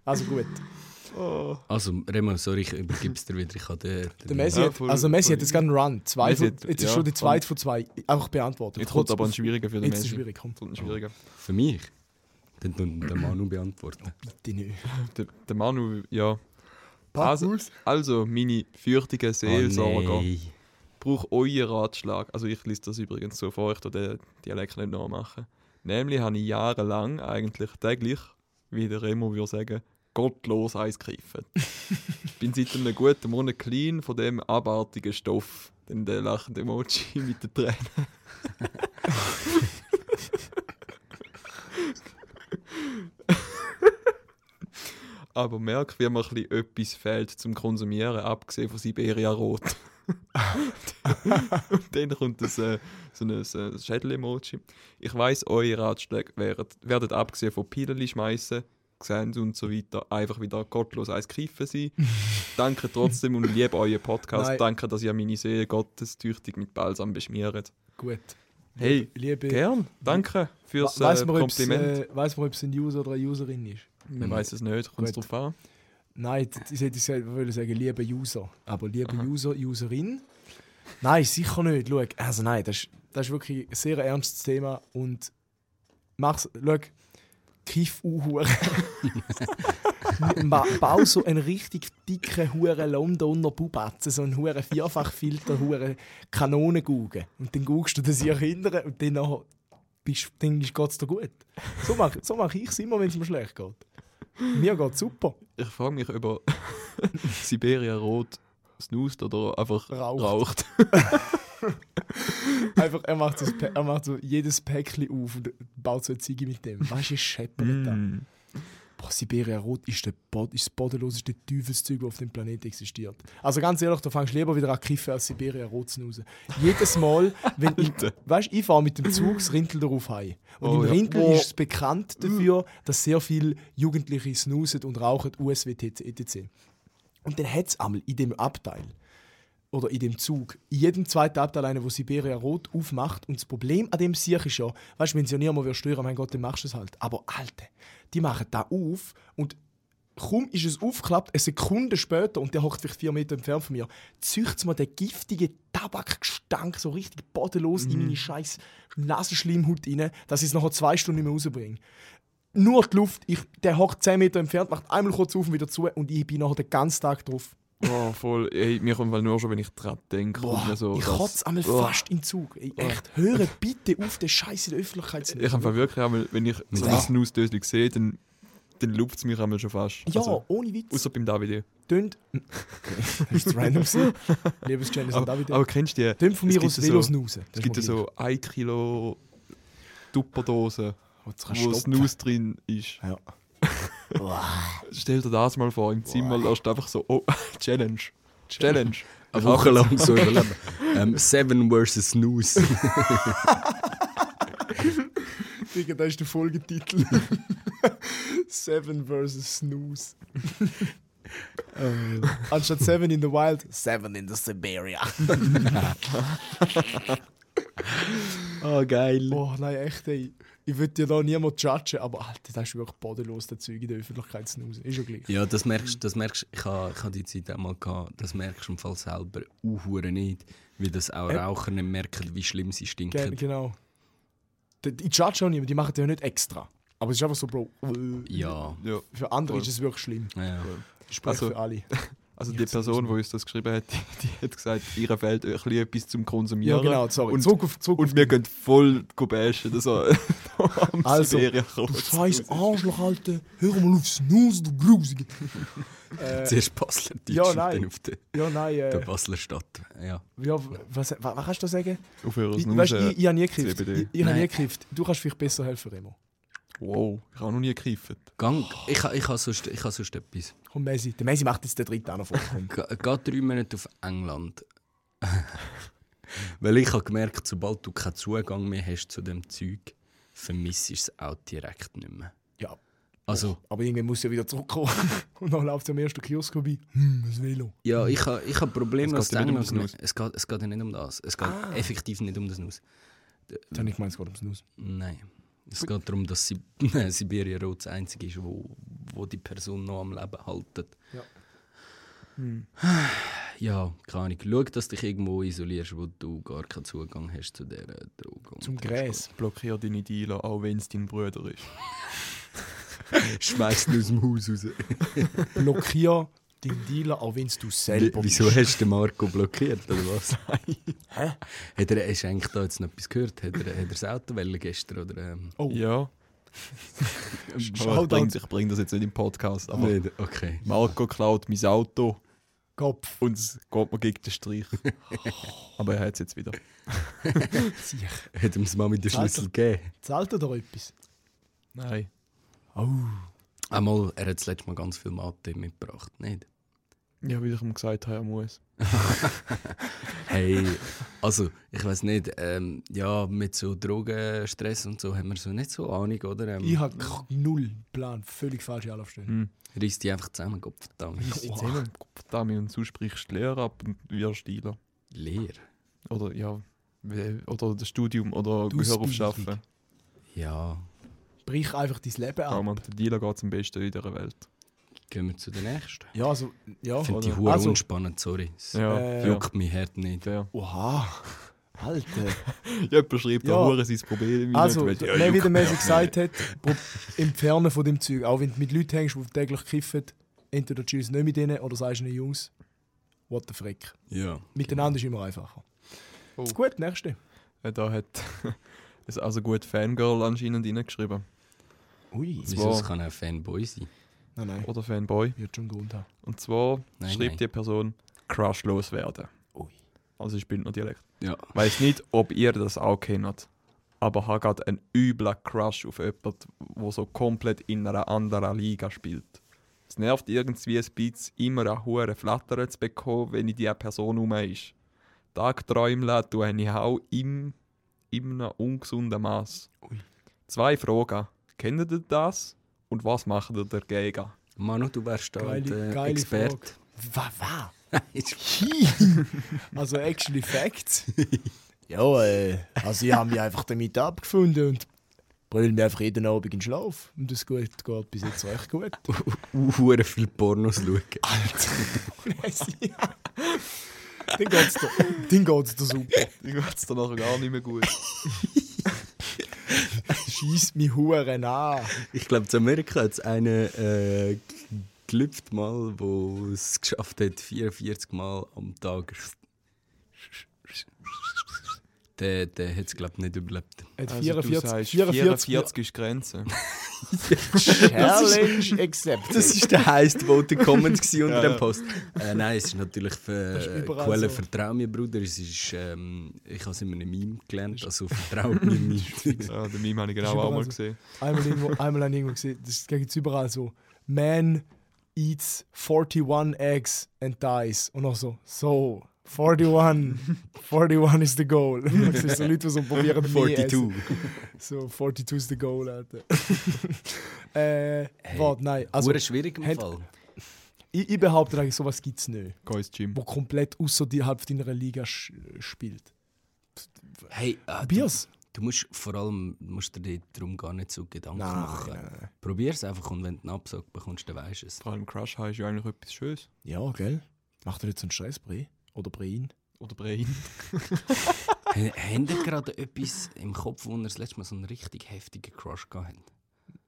Speaker 3: Also gut.
Speaker 2: also, Remo, sorry, ich übergebe es dir wieder. Ich habe den, den,
Speaker 3: Der Messi
Speaker 1: Ja,
Speaker 3: hat,
Speaker 1: voll-
Speaker 3: also Messi
Speaker 1: voll
Speaker 3: hat jetzt gerade einen Run. Zwei
Speaker 1: Messi
Speaker 3: von,
Speaker 1: hat-
Speaker 3: jetzt ist
Speaker 1: ja,
Speaker 3: schon die zweite
Speaker 1: komm.
Speaker 3: von zwei. Einfach beantwortet.
Speaker 1: Jetzt kommt
Speaker 3: Kurz
Speaker 1: aber ein
Speaker 3: auf-
Speaker 1: schwieriger für den
Speaker 3: Jetzt ist es
Speaker 1: Messi.
Speaker 3: schwierig, komm.
Speaker 1: Jetzt kommt ein schwieriger.
Speaker 2: Für mich? Dann tun wir den Manu beantworten.
Speaker 3: Bitte nicht.
Speaker 1: Der, der Manu, ja.
Speaker 3: Pack
Speaker 1: Also,
Speaker 3: aus.
Speaker 1: also meine fürchtige Seelsorger.
Speaker 2: Ah, nein.
Speaker 1: brauche euren Ratschlag. Also ich lese das übrigens so vor, ich tu den Dialekt nicht nachmachen. Nämlich habe ich jahrelang eigentlich täglich, wie der Remo würde sagen, gottlos Eis gegriffen. Bin seit einem guten Monat clean von dem abartigen Stoff. Dann der lachende Emoji mit den Tränen. Aber merk, wie mir ein bisschen etwas fehlt zum Konsumieren, abgesehen von Siberia Rot. Dann kommt das, äh, so ein äh, Schädel-Emoji. Ich weiss, eure Ratschläge wären, werden abgesehen von Pillen schmeißen, gesehen und so weiter, einfach wieder gottlos eins Kiffen sein. Danke trotzdem und liebe euren Podcast.
Speaker 3: Nein.
Speaker 1: Danke, dass ihr meine Seele gottestüchtig mit Balsam beschmiert.
Speaker 3: Gut.
Speaker 1: Hey,
Speaker 3: Liebe.
Speaker 1: gern. Danke fürs äh,
Speaker 3: Weiß man, ob es
Speaker 1: Kompliment.
Speaker 3: äh, weiss man, ob es ein User oder eine Userin ist?
Speaker 1: Man weiß es nicht, kommt es
Speaker 3: Gut.
Speaker 1: drauf an.
Speaker 3: Nein, d- ich hätte selber wollen sagen, lieber User. Aber lieber User, Userin? Nein, sicher nicht. Schau, also nein, das ist, das ist wirklich ein sehr ernstes Thema und mach's, schau, kiff uhuhr. Bau so einen richtig dicken huren Londoner Bubatze, so einen huren Vierfachfilter, huren Kanonengugen. Und dann guckst du das ihr hindern und dann nachher bist, dann geht's dir gut. So mache so mach ich es immer, wenn es mir schlecht geht. Mir geht's super.
Speaker 1: Ich frage mich, ob er Siberia Rot snoost oder einfach
Speaker 3: Raucht.
Speaker 1: raucht.
Speaker 3: Einfach, er macht, so das Pä- er macht so jedes Päckchen auf und baut so eine Ziege mit dem. Weißt du, es scheppert da.
Speaker 1: Mm.
Speaker 3: Boah, Siberia Rot ist, der Bod ist das bodenloseste Teufelszeug, das auf dem Planeten existiert. Also ganz ehrlich, da fängst du lieber wieder an zu kiffen, als Siberia Rot zu nusen. Jedes Mal, wenn ich, weißt, ich fahre mit dem Zug das Rindl darauf heim. Und
Speaker 1: Oh
Speaker 3: im
Speaker 1: ja.
Speaker 3: Rindl
Speaker 1: Oh.
Speaker 3: ist es bekannt dafür, dass sehr viele Jugendliche snusen und rauchen, USW, TC, etc. E Und dann hat es einmal in dem Abteil oder in dem Zug, in jedem zweiten Abteil einen, wo Siberia rot aufmacht. Und das Problem an dem Sieg ist ja, weißt du, wenn sie ja niemand stören, mein Gott, dann machst du es halt. Aber Alter, die machen da auf und kaum ist es aufgeklappt, eine Sekunde später, und der hockt vielleicht vier Meter entfernt von mir, züchtet mir den giftigen Tabakgestank so richtig bodenlos in meine scheiß Nasenschleimhaut rein, dass ich es nachher zwei Stunden nicht mehr rausbringe nur die Luft. Ich, der hockt 10 Meter entfernt, macht einmal kurz auf und wieder zu und ich bin nachher den ganzen Tag drauf.
Speaker 1: Oh, voll. Ey, mir kommt halt nur schon, wenn ich dran denke. kommt mir so
Speaker 3: ich
Speaker 1: das-
Speaker 3: kotze einmal
Speaker 1: Oh.
Speaker 3: fast im Zug. Ey, echt, höre bitte auf, den Scheiß in der Öffentlichkeit zu
Speaker 1: Ich habe wirklich einmal, wenn ich so ein Snooze-Döschen sehe, dann, dann lupft es mich einmal schon fast.
Speaker 3: Ja,
Speaker 1: Also,
Speaker 3: ohne Witz.
Speaker 1: außer beim David.
Speaker 3: Tönt. das ist random. gewesen. Liebes Janice und David.
Speaker 1: Aber kennst du die?
Speaker 3: Tönt von
Speaker 1: Ah, es
Speaker 3: mir
Speaker 1: gibt
Speaker 3: aus
Speaker 1: ja
Speaker 3: Velos
Speaker 1: so,
Speaker 3: Nuse.
Speaker 1: Es gibt ja so 1 Kilo Tupperdosen,
Speaker 3: Oh,
Speaker 1: wo
Speaker 3: Snooze.
Speaker 1: Snooze drin ist.
Speaker 3: Ja.
Speaker 1: Stell dir das mal vor, im Zimmer lässt du einfach so, oh, Challenge. Challenge.
Speaker 2: Eine Woche lang so überleben. ähm, Seven versus Snooze.
Speaker 3: Digga, das ist der Folgetitel. Seven versus Snooze. Ähm, Anstatt Seven in the Wild,
Speaker 4: Seven in the Siberia.
Speaker 2: Ah, geil.
Speaker 3: Oh nein, echt, ey. Ich würde dir da niemand judgen, aber Alter, das ist wirklich bodenlos, der Zeug in der Öffentlichkeit zu nusen. Ist ja gleich.
Speaker 2: Ja, das merkst das merkst, ich habe ich ha die Zeit auch mal gehabt, das merkst du im Fall selber auch nicht, wie das auch
Speaker 3: Äh.
Speaker 2: Raucher nicht merken, wie schlimm sie
Speaker 3: Ge
Speaker 2: stinken.
Speaker 3: genau. Die, die judgen auch niemand, die machen das ja nicht extra. Aber es ist einfach so, Bro. äh,
Speaker 2: Ja.
Speaker 1: Ja.
Speaker 3: Für andere
Speaker 1: Voll.
Speaker 3: ist es wirklich schlimm.
Speaker 2: ja.
Speaker 3: Ich spreche
Speaker 1: Also-
Speaker 3: für alle.
Speaker 1: Also die Person, die uns das geschrieben hat, die, die hat gesagt, ihr fehlt ein bisschen etwas zum
Speaker 3: Ja,
Speaker 1: Konsumieren.
Speaker 3: genau, sorry.
Speaker 1: Und,
Speaker 3: zurück auf, zurück
Speaker 1: und wir gehen voll also, bashen, das so am
Speaker 3: Also,
Speaker 1: Sibirien-Kreuz.
Speaker 3: auf. Du scheiß Arschloch, Alter. Hör mal auf Snooze, du Grusige. äh,
Speaker 2: Zuerst Basler Deutsch
Speaker 3: ja,
Speaker 2: und
Speaker 3: nein.
Speaker 2: dann auf der,
Speaker 3: ja, nein.
Speaker 2: der
Speaker 3: Äh,
Speaker 2: Basler Stadt. Ja.
Speaker 3: ja, was, was, was kannst du da sagen?
Speaker 1: Auf eures
Speaker 3: Ich, weißt,
Speaker 1: Nuschen.
Speaker 3: ich, ich habe nie gekifft.
Speaker 1: CBD.
Speaker 3: Ich, ich habe nie
Speaker 2: Nein.
Speaker 3: gekifft. Du kannst vielleicht besser helfen, Remo.
Speaker 1: Wow, ich habe noch nie gekifft.
Speaker 2: Gang, ich, ha- ich habe sonst, ich ha sonst etwas.
Speaker 3: Komm, Messi. Der Messi macht jetzt den dritten auch noch vor. Komm.
Speaker 2: Ge geh drei Monate auf England. Weil ich habe gemerkt, sobald du keinen Zugang mehr hast zu dem Zeug, vermisst du es auch direkt nicht mehr.
Speaker 3: Ja.
Speaker 2: Also,
Speaker 3: Aber irgendwie muss ja wieder zurückkommen. Und dann läuft ja am ersten Kiosk vorbei. Hm, ein Velo.
Speaker 2: ja, ich habe ich ha Probleme
Speaker 1: Es
Speaker 2: als
Speaker 1: geht ja nicht um
Speaker 2: England.
Speaker 1: das
Speaker 2: gemerkt. Es geht, es geht ja nicht um das. Es geht
Speaker 3: Ah.
Speaker 2: effektiv nicht um das Nuss.
Speaker 3: Dann habe ich gemeint, es geht ums Nuss.
Speaker 2: Nein. Es geht darum, dass Sib Nein, Sibirien Rot das einzige ist, wo, wo die Person noch am Leben haltet.
Speaker 3: Ja.
Speaker 2: Ja, keine Ahnung. Schau, dass du dich irgendwo isolierst, wo du gar keinen Zugang hast zu dieser Droge. und
Speaker 3: Zum
Speaker 2: das
Speaker 3: Gräs.
Speaker 1: Blockier deine Dealer, auch wenn es dein Bruder ist.
Speaker 2: Schmeißt ihn aus dem Haus raus.
Speaker 3: Blockier den Dealer, auch wenn du selber
Speaker 2: Wieso hast du den Marco blockiert, oder was? Hä? Hat er, hast du eigentlich da jetzt noch etwas gehört? Hat er, hat er das Auto wollen gestern? Oder, ähm,
Speaker 3: Oh.
Speaker 1: Ja. Aber ich
Speaker 3: Shoutout.
Speaker 1: bringe, ich bring das jetzt nicht im Podcast. Aber
Speaker 2: Nein, okay.
Speaker 1: Marco klaut mein Auto
Speaker 3: Kopf.
Speaker 1: und es geht mir gegen den Strich. aber er hat es jetzt wieder.
Speaker 3: Sich.
Speaker 2: Hat ihm das Mami den Schlüssel
Speaker 3: Alter.
Speaker 2: gegeben?
Speaker 3: Zahlt er da etwas?
Speaker 1: Nein.
Speaker 2: Einmal, er hat das letzte Mal ganz viel Mathe mitgebracht, nicht?
Speaker 1: Ja, wie ich ihm gesagt habe, er muss.
Speaker 2: Hey, also ich weiß nicht, ähm, ja, mit so Drogenstress und so haben wir so nicht so Ahnung, oder? Ähm,
Speaker 3: Ich habe null Plan. Völlig falsche Anlaufstelle.
Speaker 2: Reiss die einfach zusammen, Gott verdammt.
Speaker 1: Ich zähle ihm, verdammt, und du sprichst die Lehre ab und wirst Dealer.
Speaker 2: Leer.
Speaker 1: Oder ja, we- oder das Studium oder
Speaker 3: Die
Speaker 1: Gehör auf
Speaker 3: Ausbildung.
Speaker 1: Schaffen.
Speaker 2: Ja,
Speaker 3: Brich einfach dein Leben
Speaker 1: Ja,
Speaker 3: ab.
Speaker 1: man, der Dealer geht am besten in dieser Welt.
Speaker 2: gehen wir zu der nächsten.
Speaker 3: Ja, also, ja.
Speaker 2: Ich finde die
Speaker 3: oder?
Speaker 2: Hure
Speaker 3: also,
Speaker 2: unspannend, sorry. Es
Speaker 1: Ja,
Speaker 3: Äh,
Speaker 1: ja.
Speaker 2: juckt mich hart nicht.
Speaker 1: ja.
Speaker 3: Oha. Alter.
Speaker 1: Jemand schreibt
Speaker 3: Ja.
Speaker 1: da Hure sein Problem.
Speaker 3: Also,
Speaker 1: und will-
Speaker 3: mehr wie der Messi gesagt hat, prob- entfernen von dem Zeug. Auch wenn du mit Leuten hängst, die täglich kiffen, entweder chillst du nicht mit denen oder sagst ihnen, Jungs, what the frick.
Speaker 2: Ja. Genau.
Speaker 3: Miteinander ist immer einfacher.
Speaker 1: Oh.
Speaker 3: Gut, nächste.
Speaker 1: Äh, Da hat es also gut Fangirl anscheinend reingeschrieben.
Speaker 3: Ui.
Speaker 2: Wieso es kann auch ein Fanboy sein?
Speaker 3: Nein, nein,
Speaker 1: Oder Fanboy.
Speaker 3: wird schon einen Grund haben.
Speaker 1: Und zwar
Speaker 2: Nein,
Speaker 1: schreibt
Speaker 2: nein.
Speaker 1: die Person Crush loswerden.
Speaker 3: Ui.
Speaker 1: Also ich bin nur Dialekt.
Speaker 2: Ja.
Speaker 1: Weiß nicht, ob ihr das auch kennt. Aber ich habe gerade einen üblen Crush auf jemanden, der so komplett in einer anderen Liga spielt. Es nervt irgendwie ein bisschen, immer eine hohe Flattern zu bekommen, wenn ich diese Person um ist. Tagträumle tue ich auch im, in einem ungesunden Maß.
Speaker 3: Ui.
Speaker 1: Zwei Fragen. Kennt ihr das? Und was macht ihr dagegen?
Speaker 2: Manu, du wärst da
Speaker 3: Geile-
Speaker 2: der
Speaker 3: geile
Speaker 2: Experte.
Speaker 3: Was, was?
Speaker 2: Ist-
Speaker 3: Also, actually facts.
Speaker 4: Ja, äh, also ich habe mich einfach damit abgefunden.
Speaker 3: Gefunden und
Speaker 4: Brüll mir einfach jeden Abend in den Schlaf.
Speaker 3: und das gut, geht bis jetzt recht gut.
Speaker 2: Hure viel Pornos schauen.
Speaker 3: Messi. Dann geht's dir, dann geht's dir super.
Speaker 1: Ich geht es danach gar nicht mehr gut.
Speaker 3: Schieß mich Huren an.
Speaker 2: Ich glaube, in Amerika hat es einen äh, g- gelüpft mal, der es geschafft hat, 44 Mal am Tag. Der, der hat es, glaube ich, nicht überlebt.
Speaker 3: Hat
Speaker 1: Also
Speaker 3: 44,
Speaker 1: du sagst,
Speaker 3: 44,
Speaker 1: 44 ist Grenze.
Speaker 4: Challenge accepted.
Speaker 2: Das war der heißt voting Comments gewesen unter
Speaker 1: Ja.
Speaker 2: dem Post. Äh, nein, es ist natürlich für
Speaker 3: ist
Speaker 2: äh,
Speaker 3: überall
Speaker 2: Quelle
Speaker 3: so.
Speaker 2: Vertrau mir, Bruder. Es ist, ähm, ich habe es immer in einem Meme gelernt, also vertrau mir nicht.
Speaker 1: Ja, den Meme habe ich genau
Speaker 3: Das ist
Speaker 1: auch mal
Speaker 3: überall so.
Speaker 1: gesehen.
Speaker 3: Einmal irgendwo, einmal habe ich irgendwo gesehen, das gibt es überall so. Man eats 41 eggs and dies. Und noch so, so, 41, 41 is the goal. Und es sind so Leute, die so probieren, mehr essen.
Speaker 2: 42.
Speaker 3: So, 42 is the goal, Alter. äh, warte, nein. Also,
Speaker 2: Also, schwierig im
Speaker 3: hat-
Speaker 2: Fall.
Speaker 3: ich, ich behaupte eigentlich, sowas gibt es nicht.
Speaker 1: Geh ins Gym.
Speaker 3: Wo komplett außer die halb deiner Liga sch spielt.
Speaker 2: Hey, äh, du,
Speaker 3: Biers?
Speaker 2: du musst vor allem musst du dir darum gar nicht so Gedanken
Speaker 4: Nein,
Speaker 2: machen.
Speaker 4: nein, nein.
Speaker 2: Probier es einfach und wenn du einen Absag bekommst, dann weißt du es.
Speaker 1: Vor allem Crush haben ist ja eigentlich etwas Schönes.
Speaker 4: Ja, gell? Macht ihr jetzt einen Stress, Brie? Oder Brein?
Speaker 1: Oder Brain.
Speaker 2: H- Habt ihr gerade etwas im Kopf, wo ihr das letzte Mal so einen richtig heftigen Crush gehabt habt?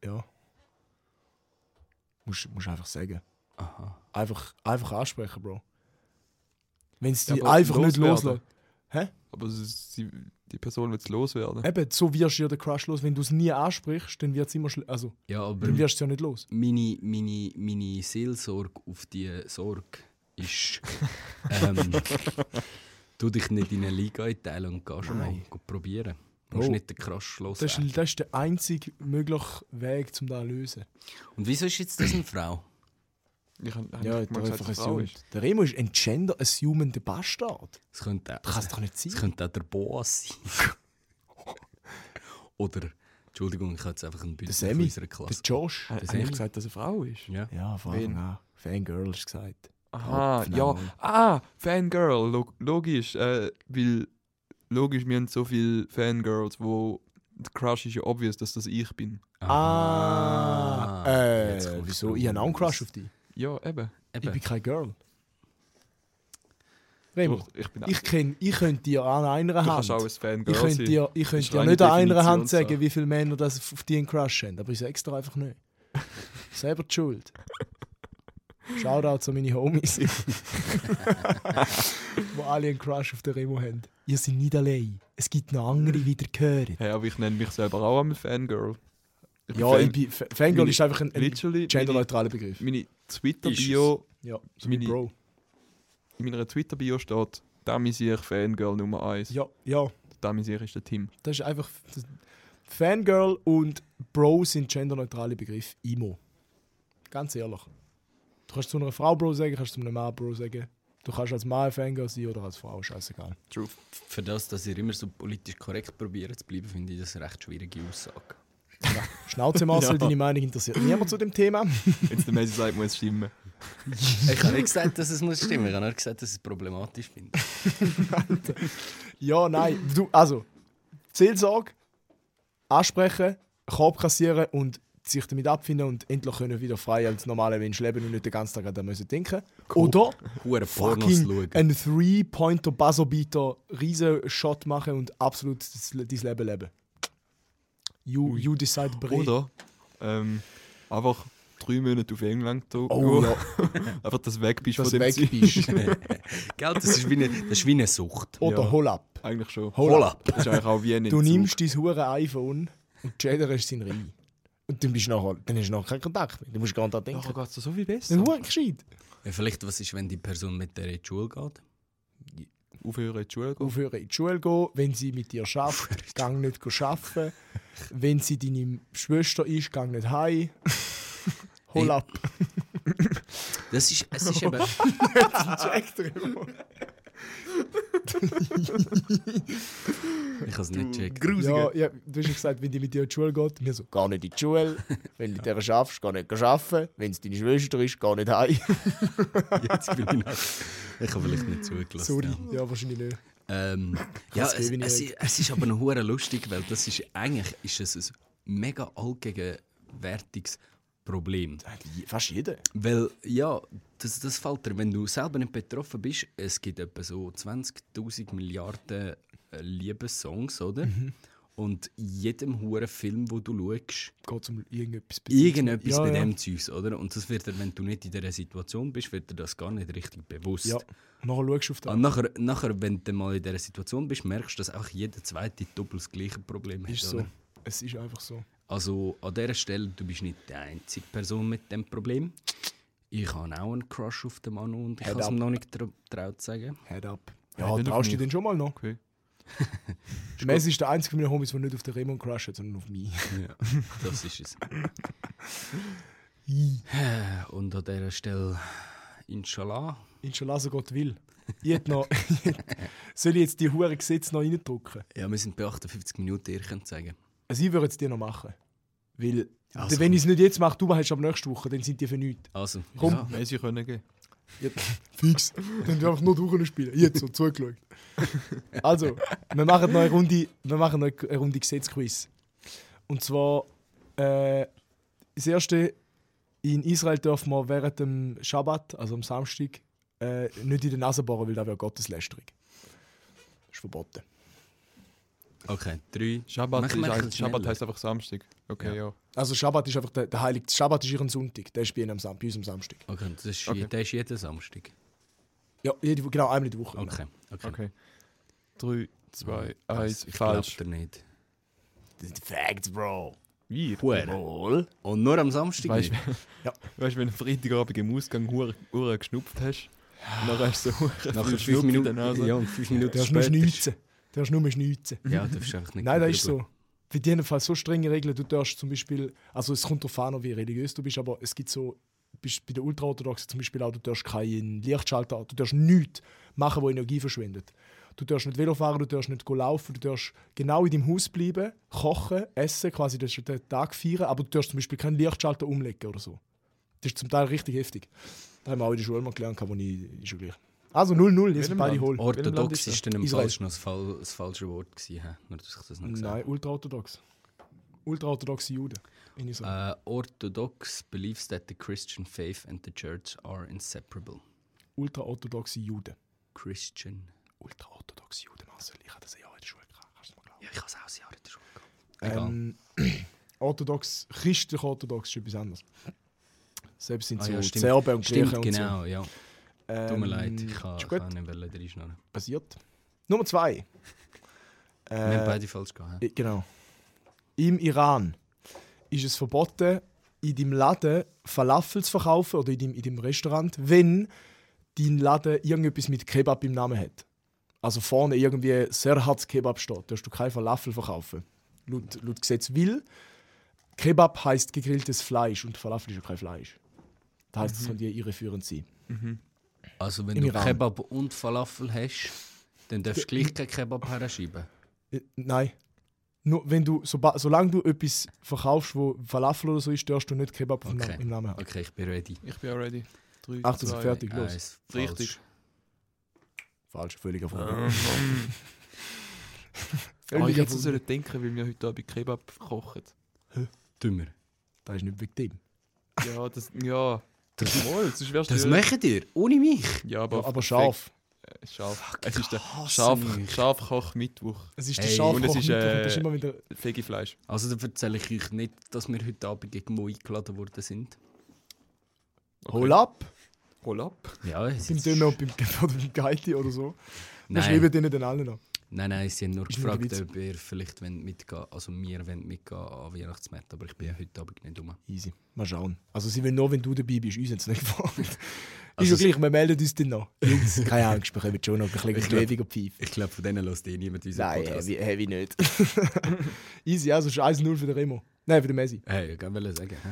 Speaker 4: Ja. Musst, musst einfach sagen.
Speaker 2: Aha.
Speaker 3: Einfach, einfach ansprechen, Bro. Wenn es
Speaker 1: Ja,
Speaker 3: dich
Speaker 1: aber
Speaker 3: einfach nicht
Speaker 1: loswerden.
Speaker 3: loslässt. Hä?
Speaker 1: Aber s- sie, die Person will es loswerden.
Speaker 3: Eben, so wirst du ja den Crush los. Wenn du es nie ansprichst, dann wird es immer schli- Also,
Speaker 2: Ja, aber
Speaker 1: Mhm.
Speaker 3: dann wirst du es ja nicht los.
Speaker 2: meine, meine, meine Seelsorge auf die Sorge ist, ähm, tu dich nicht in eine Liga einteilen und geh schon mal go probieren. Du musst
Speaker 3: Oh.
Speaker 2: nicht den Crush los.
Speaker 3: Das ist, das ist der einzige mögliche Weg, um das zu lösen.
Speaker 2: Und wieso ist jetzt das eine Frau?
Speaker 1: Ich habe hab nicht mal gesagt, dass es Frau ist.
Speaker 3: Der Remo ist ein gender-assumender Bastard.
Speaker 2: Es könnte,
Speaker 3: Das kann es doch nicht
Speaker 2: es
Speaker 3: sein.
Speaker 2: könnte auch der Boas sein. Oder, Entschuldigung, ich habe jetzt einfach einen
Speaker 3: Der
Speaker 2: Bild von
Speaker 3: Sammy, der
Speaker 2: unserer Klasse.
Speaker 3: Josh.
Speaker 1: Habe
Speaker 2: Das
Speaker 1: ich
Speaker 2: ist-
Speaker 1: gesagt, dass es eine Frau ist?
Speaker 2: Ja.
Speaker 3: Ja, von
Speaker 1: Wen?
Speaker 3: Anfang an. Fangirl ist gesagt.
Speaker 1: Aha,
Speaker 3: Kopf,
Speaker 1: ja.
Speaker 3: nein.
Speaker 1: Ah, Fangirl, log logisch. Äh, weil, logisch, wir haben so viele Fangirls, wo der Crush ist ja obvious, dass das ich bin.
Speaker 3: Ah, äh,
Speaker 2: Jetzt kommt's
Speaker 3: wieso?
Speaker 2: drum.
Speaker 3: Ich habe auch einen Crush auf dich.
Speaker 1: Ja, eben.
Speaker 3: Ich bin
Speaker 2: Eben.
Speaker 3: keine Girl. Remo,
Speaker 1: Doch, ich bin
Speaker 3: ich, kenn, ich könnte dir an einer
Speaker 1: Du
Speaker 3: Hand.
Speaker 1: kannst auch ein Fangirl
Speaker 3: Ich könnte
Speaker 1: sein.
Speaker 3: dir, ich könnte
Speaker 1: ist
Speaker 3: dir
Speaker 1: reine
Speaker 3: nicht an einer Hand
Speaker 1: Definitionssache.
Speaker 3: sagen, wie viele Männer das auf auf dich einen Crush haben, aber ich sage es dir einfach nicht. Selber die Schuld. Shoutout an meine Homies. Wo alle einen Crush auf den Remo haben. Ihr seid nicht allein. Es gibt noch andere, die ihr gehört.
Speaker 1: Hey, aber ich nenne mich selber auch einmal Fangirl. Ich bin
Speaker 3: Ja,
Speaker 1: Fan-
Speaker 3: ich bin, Fa- Fangirl
Speaker 1: meine-
Speaker 3: ist einfach ein, ein
Speaker 1: literally meine,
Speaker 3: genderneutraler Begriff.
Speaker 1: meine
Speaker 2: Ist
Speaker 1: Twitter-Bio,
Speaker 3: Ja, so wie
Speaker 1: meine-
Speaker 3: Bro.
Speaker 1: in meiner Twitter-Bio steht, Dami Siech, Fangirl Nummer 1.
Speaker 3: Ja, ja.
Speaker 1: Dami Siech ist der Tim.
Speaker 3: Das ist einfach. Das Fangirl und Bro sind genderneutrale Begriffe. Imo. Ganz ehrlich. Du kannst zu einer Frau Bro sagen, kannst zu einem Mann Bro sagen. Du kannst als Mann ein Fangirl sein oder als Frau, scheißegal.
Speaker 2: Für das, dass ihr immer so politisch korrekt probiert zu bleiben, finde ich das eine recht schwierige Aussage.
Speaker 3: Schnauze Marcel,
Speaker 1: Ja.
Speaker 3: deine Meinung interessiert niemand zu dem Thema.
Speaker 1: Jetzt der Messi sagt, muss es stimmen.
Speaker 2: Ich habe nicht gesagt, dass es muss stimmen. Ich habe nur gesagt, dass ich es problematisch finde.
Speaker 3: Ja, nein. Du, also, Seelsorge, ansprechen, Korb kassieren und sich damit abfinden und endlich können wieder frei als normale Mensch leben und nicht den ganzen Tag an das müssen denken. Oder
Speaker 2: Hure Pornos
Speaker 3: fucking
Speaker 2: schauen.
Speaker 3: einen Three-Pointer Buzzerbeater riesen Shot machen und absolut das- dein Leben leben. You, you decide Bre.
Speaker 1: Oder ähm, einfach drei Monate auf England gehen.
Speaker 3: Oh ja,
Speaker 1: Einfach, dass du weg bist
Speaker 3: dass
Speaker 1: von
Speaker 3: du
Speaker 1: dem
Speaker 3: weg
Speaker 1: Ziel.
Speaker 3: bist.
Speaker 2: Gell, das ist wie eine, das ist wie eine Sucht.
Speaker 3: Oder
Speaker 1: Ja.
Speaker 3: hol ab.
Speaker 1: Eigentlich schon.
Speaker 3: Hol
Speaker 2: Hol
Speaker 3: ab.
Speaker 1: Das ist eigentlich auch wie ein
Speaker 3: Du
Speaker 1: Entzug.
Speaker 3: nimmst dein hure iPhone und jederst sein rein. Und dann bist du nachher, dann hast du nachher keinen Kontakt mehr. Du musst gar nicht daran denken.
Speaker 1: Nachher geht es so viel besser.
Speaker 3: Dann hure gescheit.
Speaker 2: Ja, vielleicht, was ist, wenn die Person mit der in die Schule geht?
Speaker 1: Aufhören in die Schule gehen.
Speaker 3: Aufhören in die Schule gehen, wenn sie mit dir schafft, gang nicht go arbeiten. Wenn sie deine Schwester ist, gang nicht heim. Hol
Speaker 2: Hey.
Speaker 3: ab.
Speaker 2: Das ist, es ist eben...
Speaker 4: Ah.
Speaker 3: Check drüber.
Speaker 2: Ich habe es nicht gecheckt.
Speaker 3: Ja, ja, du hast ja gesagt, wenn die mit dir in die Schule geht, wir so,
Speaker 4: Geh nicht in die Schule. Wenn du mit der schaffst, geh nicht arbeiten. Wenn es deine Schwester ist, geh nicht heim.
Speaker 2: Jetzt bin ich nach. Ich habe vielleicht nicht zugelassen.
Speaker 3: sorry.
Speaker 2: Ja.
Speaker 3: Ja, wahrscheinlich nicht.
Speaker 2: Ähm, ja,
Speaker 3: Das
Speaker 2: es,
Speaker 3: gebe ich
Speaker 2: es,
Speaker 3: nicht.
Speaker 2: es ist aber noch hure lustig, weil das ist eigentlich ist es ein mega allgegenwärtiges Problem.
Speaker 4: Fast jeder.
Speaker 2: Weil, ja, das, das fällt dir, wenn du selber nicht betroffen bist, es gibt etwa so 20.000 Milliarden äh, Liebessongs, oder?
Speaker 3: Mhm.
Speaker 2: Und jedem huren Film, wo du schaust,
Speaker 3: Geht um irgendetwas Beziehungs-
Speaker 2: irgendetwas
Speaker 3: ja,
Speaker 2: bei
Speaker 3: ja.
Speaker 2: dem Zeugs, oder? Und das wird dir, wenn du nicht in dieser Situation bist, wird dir das gar nicht richtig bewusst.
Speaker 3: Ja. Und nachher schaust du auf das.
Speaker 2: Und nachher, nachher, wenn du mal in dieser Situation bist, merkst du, dass auch jeder zweite doppelt das gleiche Problem hat.
Speaker 3: ist so.
Speaker 2: oder?
Speaker 3: Es ist einfach so.
Speaker 2: Also an dieser Stelle, du bist nicht die einzige Person mit dem Problem. Ich habe auch einen Crush auf den Manu und ich
Speaker 3: Head
Speaker 2: habe es
Speaker 3: up.
Speaker 2: ihm noch nicht getraut zu sagen.
Speaker 3: Head up.
Speaker 1: Nein,
Speaker 3: Ja,
Speaker 1: nicht auf
Speaker 3: traust du
Speaker 1: mich.
Speaker 3: dich denn schon mal noch?
Speaker 1: Okay.
Speaker 3: Messi ist der einzige meiner Homies, der nicht auf den Raymond Crush hat, sondern auf mich.
Speaker 2: Ja, das ist es. Äh, Und an dieser Stelle, inshallah.
Speaker 3: Inshallah, so Gott will. Ich hätte noch... Soll ich jetzt die huren Gesetze noch reindrücken?
Speaker 2: Ja, wir sind bei 58 Minuten, ihr könnt sagen.
Speaker 3: Also ich würde es dir noch machen. Weil,
Speaker 2: Also
Speaker 3: wenn ich es nicht jetzt mache, du machst es aber nächste Woche, dann sind die für nichts.
Speaker 2: Also,
Speaker 3: Komm.
Speaker 2: Ja,
Speaker 1: Messi können gehen.
Speaker 3: Fix. Dann darf ich nur durch spielen. Ich hätte so zugeschaut. Also, wir machen noch eine Runde, wir machen noch eine Runde Gesetzquiz. Und zwar, äh, das erste, in Israel darf man während dem Schabbat, also am Samstag, äh, nicht in der Nase bohren, weil das wäre Gotteslästerung.
Speaker 4: Ist verboten.
Speaker 2: Okay, drei.
Speaker 1: Schabbat,
Speaker 2: Mach-
Speaker 1: ist
Speaker 2: mach
Speaker 1: eigentlich-
Speaker 2: es
Speaker 1: Schabbat
Speaker 2: schneller.
Speaker 1: heisst einfach Samstag. Okay, ja.
Speaker 3: Also Schabbat ist einfach der, der heilige... Schabbat ist ihren Sonntag. Der ist bei, ihnen am Sam, bei uns am Samstag.
Speaker 2: Okay, und das ist,
Speaker 1: Okay.
Speaker 2: je- Der ist jeden Samstag.
Speaker 3: Ja, jede, Wo- genau, einmal in der Woche. Genau.
Speaker 2: Okay, okay.
Speaker 1: Okay. 3, 2,
Speaker 2: Das-
Speaker 1: 1,
Speaker 2: ich
Speaker 1: falsch.
Speaker 2: glaub dir nicht.
Speaker 4: Das sind die Facts, Bro.
Speaker 1: Wie?
Speaker 2: Hure.
Speaker 4: Wohl.
Speaker 2: Und nur am Samstag
Speaker 1: Weißt
Speaker 2: nicht.
Speaker 1: Weißt du, wenn du Freitagabend im Ausgang Hure Hure geschnupft hast, und dann hast du so Hure
Speaker 2: Nach
Speaker 1: viel
Speaker 2: fünf
Speaker 1: Schnupfen in der
Speaker 2: Minuten,
Speaker 1: Nase.
Speaker 2: ja, und fünf Minuten
Speaker 3: Du darfst nur
Speaker 2: später.
Speaker 3: schneuzen. Du darfst nur schneuzen.
Speaker 2: Ja, du darfst einfach nicht
Speaker 3: Nein, das ist
Speaker 2: drüber.
Speaker 3: so. Für die haben Fall so strenge Regeln. Du darfst zum Beispiel... Also es kommt darauf an, noch, wie religiös du bist, aber es gibt so... Bist bei den Ultraorthodoxen zum Beispiel auch, du darfst keinen Lichtschalter an. Du darfst nichts machen, wo Energie verschwendet. Du darfst nicht Velo fahren, du darfst nicht go laufen, du darfst genau in deinem Haus bleiben, kochen, essen, quasi das ist den Tag feiern, aber du darfst zum Beispiel keinen Lichtschalter umlegen oder so. Das ist zum Teil richtig heftig. Das haben wir auch in der Schule mal gelernt, wo ich ist ja gleich. Also 0-0, jetzt sind beide
Speaker 1: Land?
Speaker 3: hohl.
Speaker 2: Orthodox ist dann im
Speaker 3: Israel.
Speaker 2: Falsch noch das, Fall, das falsche Wort gewesen. hä? Nur, dass ich das nicht gesagt
Speaker 3: Nein, ultraorthodox. Ultraorthodoxe Juden. In Israel.
Speaker 2: habe. Äh, Orthodox believes that the Christian faith and the church are inseparable.
Speaker 3: Ultraorthodoxe Juden.
Speaker 2: Christian.
Speaker 3: Ultraorthodoxe Juden, Marcel. Ich habe das ja auch in der Schule gehabt. Kannst du mir glauben?
Speaker 2: Ja, ich habe es auch sehr Jahre in der Schule gehabt. Egal.
Speaker 3: Ähm, orthodox, christlich-orthodox ist etwas anderes. Selbst sind
Speaker 2: Ah,
Speaker 3: so
Speaker 2: ja, stimmt.
Speaker 3: Serben und Griechen
Speaker 2: Stimmt,
Speaker 3: und so.
Speaker 2: genau, ja.
Speaker 3: Ähm,
Speaker 2: Tut mir leid, ich kann,
Speaker 3: ist
Speaker 2: ich
Speaker 3: gut, Äh,
Speaker 2: kann nicht wollen reinschnurren.
Speaker 3: passiert. Nummer zwei.
Speaker 2: Wir haben
Speaker 3: Äh,
Speaker 2: beide falsch gehabt. hä?
Speaker 3: i- genau. Im Iran ist es verboten, in deinem Laden Falafel zu verkaufen oder in deinem, in deinem Restaurant, wenn dein Laden irgendetwas mit Kebab im Namen hat. Also vorne irgendwie Serhat Kebab steht, darfst du keine Falafel verkaufen. Laut, laut Gesetz will. Kebab heißt gegrilltes Fleisch und Falafel ist ja kein Fleisch. Das heißt, das kann dir irreführend sein.
Speaker 2: Also wenn
Speaker 3: im
Speaker 2: du
Speaker 3: Iran.
Speaker 2: Kebab und Falafel hast, dann darfst du gleich keinen Kebab herschieben.
Speaker 3: Äh, Nein. Nur wenn du, soba- solange du etwas verkaufst, wo Falafel oder so ist, darfst du nicht Kebab im
Speaker 2: Okay.
Speaker 3: Na- im Namen haben.
Speaker 2: Okay, ich bin ready.
Speaker 1: Ich bin auch ready. 3,
Speaker 3: Achtung, sind fertig, los.
Speaker 2: Eins,
Speaker 1: Richtig.
Speaker 2: falsch.
Speaker 3: Falsch, völliger Erfolg.
Speaker 1: Ähm, Aber Ah,
Speaker 3: Ah,
Speaker 1: ich hätte so sollen denken, weil wir heute Abend Kebab kochen.
Speaker 2: Dümmer.
Speaker 3: Das ist nicht wegen dem.
Speaker 1: Ja, das. Ja.
Speaker 2: Das-
Speaker 1: Mal, sonst wärst du
Speaker 2: Das
Speaker 1: ja-
Speaker 2: macht ihr, ohne mich.
Speaker 1: Ja, aber,
Speaker 3: Ja, aber
Speaker 1: perfekt.
Speaker 3: scharf.
Speaker 1: Scharf. Es ist der
Speaker 2: hasse
Speaker 1: Scharf,
Speaker 2: mich.
Speaker 1: Scharfkoch-Mittwoch.
Speaker 3: Es ist der
Speaker 2: Ey.
Speaker 3: scharf
Speaker 1: Und es
Speaker 3: gekochte
Speaker 1: ist,
Speaker 3: Mittwoch und
Speaker 1: äh,
Speaker 3: das ist immer wieder.
Speaker 1: Fegefleisch.
Speaker 2: Also dann erzähle ich euch nicht, dass wir heute Abend irgendwo eingeladen worden sind.
Speaker 3: Hol ab!
Speaker 1: Hol ab.
Speaker 2: Ja, es
Speaker 3: Beim Dömer und beim, oder beim Geiti oder so. Wir schreiben
Speaker 2: nein,
Speaker 3: denen dann alle noch.
Speaker 2: nein, nein, sie haben nur
Speaker 3: Ist nur ein
Speaker 2: gefragt,
Speaker 3: Witz.
Speaker 2: ob ihr vielleicht wollt mitgehen also wir wollen mitgehen an Weihnachtsmärkte, aber ich bin ja heute Abend nicht rum.
Speaker 3: Easy. Mal schauen. Also, sie will nur, wenn du dabei bist. Uns jetzt nicht gefragt.
Speaker 2: Also
Speaker 3: ist ja gleich, wir melden uns dann noch. Jungs, keine Angst, wir kommen schon noch ein bisschen
Speaker 2: glaub-
Speaker 3: gläubiger Pfeif.
Speaker 2: Ich glaube, von denen lässt eh niemand unseren
Speaker 4: Nein,
Speaker 2: Podcast.
Speaker 4: heavy, heavy nicht.
Speaker 3: Easy, also ist 1-0 für den Remo. Nein, für den Messi.
Speaker 2: Hey, ich wollte sagen. hä?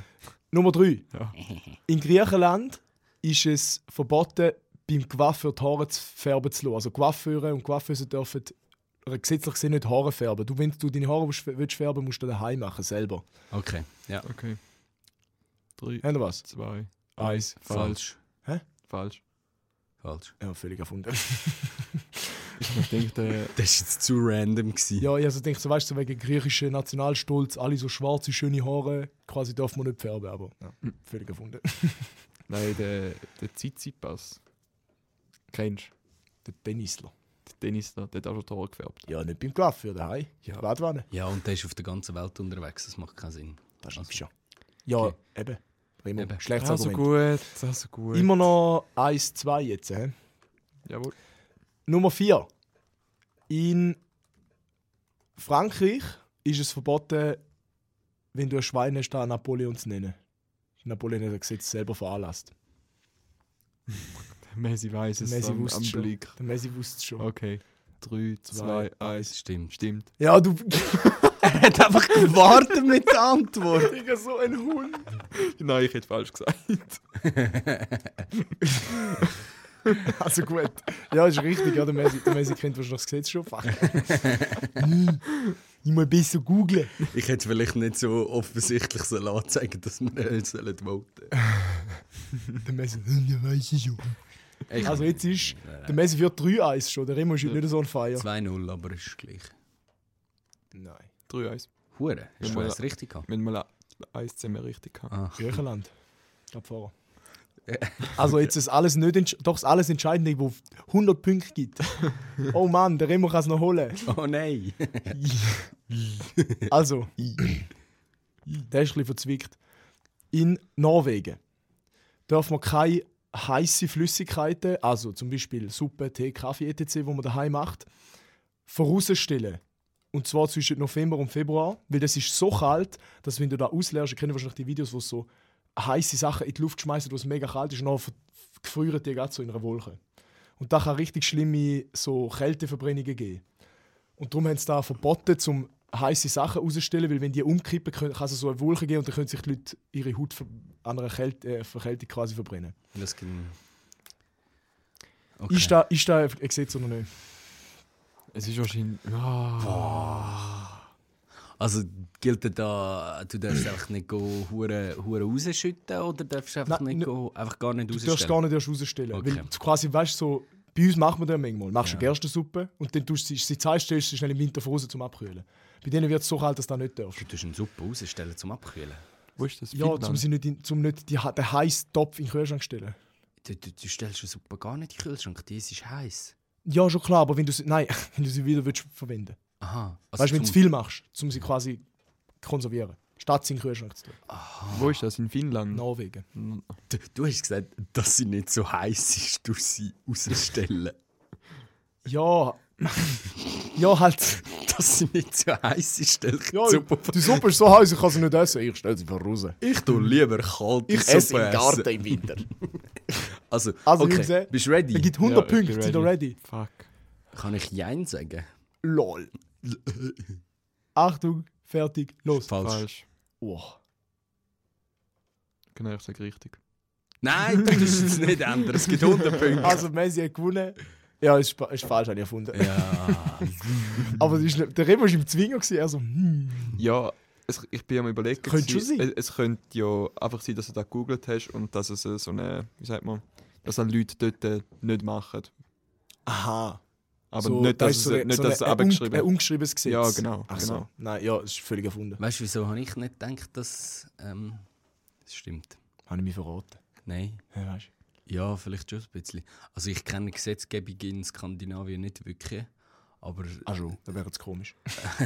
Speaker 3: Nummer 3.
Speaker 1: Ja.
Speaker 3: In Griechenland ist es verboten, beim Coiffeur die Haare zu färben zu lassen. Also Coiffeure und Coiffeuse dürfen äh, gesetzlich gesehen nicht Haare färben. Du, wenn du deine Haare willst- willst färben musst du das daheim machen, selber.
Speaker 2: Okay, ja.
Speaker 1: Okay. 3,
Speaker 3: Haben wir was?
Speaker 1: 2,
Speaker 3: Eins.
Speaker 2: Falsch.
Speaker 1: falsch.
Speaker 2: Falsch.
Speaker 3: Ja, völlig erfunden.
Speaker 1: Ich denke,
Speaker 2: Das war jetzt zu random. Gewesen.
Speaker 3: ja, ich also denke, so weißt du, so wegen griechischen Nationalstolz, alle so schwarze, schöne Haare, quasi darf man nicht färben, aber ja, völlig erfunden.
Speaker 1: Nein, der, der Zizipas. Kennst du?
Speaker 3: Der Tennisler.
Speaker 1: Der Dennis da, der hat auch schon die Haare gefärbt.
Speaker 3: Ja, nicht beim Coiffeur, daheim. Ja. Badwanne.
Speaker 2: Ja, und der ist auf der ganzen Welt unterwegs, das macht keinen Sinn.
Speaker 3: Das ist
Speaker 2: Also-
Speaker 3: schon. Ja,
Speaker 2: Okay.
Speaker 3: eben. Remo,
Speaker 2: Eben.
Speaker 3: schlechtes
Speaker 1: Also
Speaker 3: Argument.
Speaker 1: gut, also gut.
Speaker 3: Immer noch 1-2 jetzt, hä?
Speaker 1: Jawohl.
Speaker 3: Nummer 4. In Frankreich ist es verboten, wenn du ein Schwein hast, an Napoleon zu nennen. Napoleon hat das Gesetz selber veranlasst.
Speaker 1: Der Messi weiß es
Speaker 3: Messi
Speaker 1: am,
Speaker 3: wusste
Speaker 1: am
Speaker 3: schon.
Speaker 1: Blick.
Speaker 3: Der Messi wusste es schon.
Speaker 1: Okay. 3, 2, 1.
Speaker 2: Stimmt.
Speaker 1: Stimmt.
Speaker 3: Ja, du
Speaker 2: Er hat einfach gewartet mit der Antwort.
Speaker 3: Digga, so ein Hund.
Speaker 1: Nein, ich hätte falsch gesagt.
Speaker 3: Also gut. Ja, ist richtig. Ja, der, Messi, der Messi kennt wahrscheinlich das Gesetz schon. Fuck. Hm. ich muss besser googlen.
Speaker 2: Ich hätte vielleicht nicht so offensichtlich so anzeigen, dass wir nicht sollen voten.
Speaker 3: Der Messi, hm, der weiß ich schon.
Speaker 2: Ich
Speaker 3: Also jetzt ist, der Messi wird 3-1 schon. Der Remo ist heute nicht so on fire.
Speaker 2: 2-0, aber ist gleich.
Speaker 3: Nein.
Speaker 1: 3, 1.
Speaker 2: Hure, hast
Speaker 1: Ja,
Speaker 2: du
Speaker 1: mal-
Speaker 2: es richtig gehabt?
Speaker 1: Wenn mal eins Zimmer richtig haben.
Speaker 2: Ah.
Speaker 3: Griechenland. Ich glaube vorher. Also jetzt ist alles nicht entsch- doch das alles Entscheidende, wo 100 Punkte gibt. Oh Mann, der Remo kann es noch holen.
Speaker 2: Oh nein!
Speaker 3: Also, der ist ein bisschen verzwickt. In Norwegen darf man keine heiße Flüssigkeiten, also zum Beispiel Suppe, Tee, Kaffee etc., wo man daheim macht, vorausstellen. Und zwar zwischen November und Februar, weil das ist so kalt, dass wenn du da ausleerst, ihr kennt wahrscheinlich die Videos, wo so heiße Sachen in die Luft schmeißen, wo es mega kalt ist, und dann ver- gefrieren die gerade so in einer Wolke. Und da kann richtig schlimme so Kälteverbrennungen geben. Und darum haben sie da verboten, um heiße Sachen rauszustellen, weil wenn die umkippen, können- kann es so eine Wolke geben und dann können sich die Leute ihre Haut ver- an einer Kälte, äh, Verkältung quasi verbrennen.
Speaker 2: Das ging.
Speaker 3: Ist da, ist da ein Gesetz oder nicht?
Speaker 1: Es ist wahrscheinlich.
Speaker 2: Also gilt da, du darfst einfach nicht go hure hure rausschütten oder darfst du einfach
Speaker 3: Nein,
Speaker 2: nicht
Speaker 3: ne-
Speaker 2: go, einfach gar nicht
Speaker 3: Du darfst gar
Speaker 2: rausstellen?
Speaker 3: nicht erst rausstellen.
Speaker 2: Okay.
Speaker 3: Weil du quasi, weißt du, so, bei uns machen wir das manchmal. Machst du Gerstensuppe und dann tust du sie, sie zeigst, stellst du sie schnell im Winter vor raus, zum Abkühlen. Bei denen wird es so kalt, dass du das nicht darfst.
Speaker 2: Du darfst eine Suppe rausstellen zum Abkühlen.
Speaker 1: Wo ist das?
Speaker 3: Ja, um sie nicht, in, zum nicht die, den heißen Topf in den Kühlschrank zu stellen.
Speaker 2: Du, du, du stellst eine Suppe gar nicht in den Kühlschrank, die ist heiß.
Speaker 3: Ja, schon klar, aber wenn du sie, nein, wenn du sie wieder willst, verwenden
Speaker 2: Aha. Also
Speaker 3: Weißt du, wenn du
Speaker 2: zum-
Speaker 3: zu viel machst, um sie quasi konservieren. Statt sie in den Kühlschrank zu tun.
Speaker 1: Wo ist das? In Finnland?
Speaker 3: Norwegen.
Speaker 2: Du, du hast gesagt, dass sie nicht so heiß ist, du sie rausstellen.
Speaker 3: Ja. ja, halt.
Speaker 2: dass sie nicht so heiß ist, stell ich
Speaker 3: Ja,
Speaker 2: die Suppe
Speaker 3: Die Suppe ist so heiß, ich kann sie nicht essen. Ich,
Speaker 4: Ich stelle sie voraus.
Speaker 2: Ich tue lieber kalte
Speaker 4: Ich esse im Garten im Winter.
Speaker 2: Also,
Speaker 3: Also, ich
Speaker 2: okay,
Speaker 3: sehe-
Speaker 2: bist du
Speaker 3: da
Speaker 2: ready?
Speaker 3: gibt 100
Speaker 1: Ja, ich bin
Speaker 3: Punkte, sind
Speaker 1: ready.
Speaker 3: ready.
Speaker 1: Fuck.
Speaker 2: Kann ich Jein sagen?
Speaker 4: Lol.
Speaker 3: Achtung, fertig, los.
Speaker 2: Falsch.
Speaker 1: Falsch.
Speaker 3: Oh.
Speaker 1: Genau, ich sage richtig.
Speaker 2: Nein, du darfst es nicht ändern. Es gibt 100 Punkte.
Speaker 3: Also, Messi hat gewonnen. Ja, ist, fa- ist falsch, habe ich erfunden.
Speaker 2: Ja.
Speaker 3: Aber das ist nicht, der Remo war im Zwinger, gewesen, er so, hm.
Speaker 1: Ja, es, ich bin am überlegen.
Speaker 3: Könnte schon
Speaker 1: gewesen,
Speaker 3: sein.
Speaker 1: Es, es könnte ja einfach sein, dass du das gegoogelt hast und dass es äh, so eine, wie sagt man, dass dann Leute dort äh, nicht machen.
Speaker 3: Aha.
Speaker 1: Aber nicht, dass es,
Speaker 3: so eine-
Speaker 1: nicht,
Speaker 3: so
Speaker 1: dass es
Speaker 3: eine- ein
Speaker 1: abgeschrieben
Speaker 3: un- Ein ungeschriebenes Gesetz.
Speaker 1: Ja, genau,
Speaker 3: Ach so.
Speaker 1: genau.
Speaker 3: Nein, ja, das ist völlig erfunden.
Speaker 2: Weißt du, wieso habe ich nicht gedacht, dass. Ähm, das stimmt.
Speaker 3: Habe ich mich verraten.
Speaker 2: Nein.
Speaker 3: Ja, weißt du.
Speaker 2: Ja, vielleicht schon ein bisschen. Also, ich kenne die Gesetzgebung in Skandinavien nicht wirklich. Aber
Speaker 1: Ah,
Speaker 3: Ach schon, das wäre jetzt komisch.
Speaker 2: äh,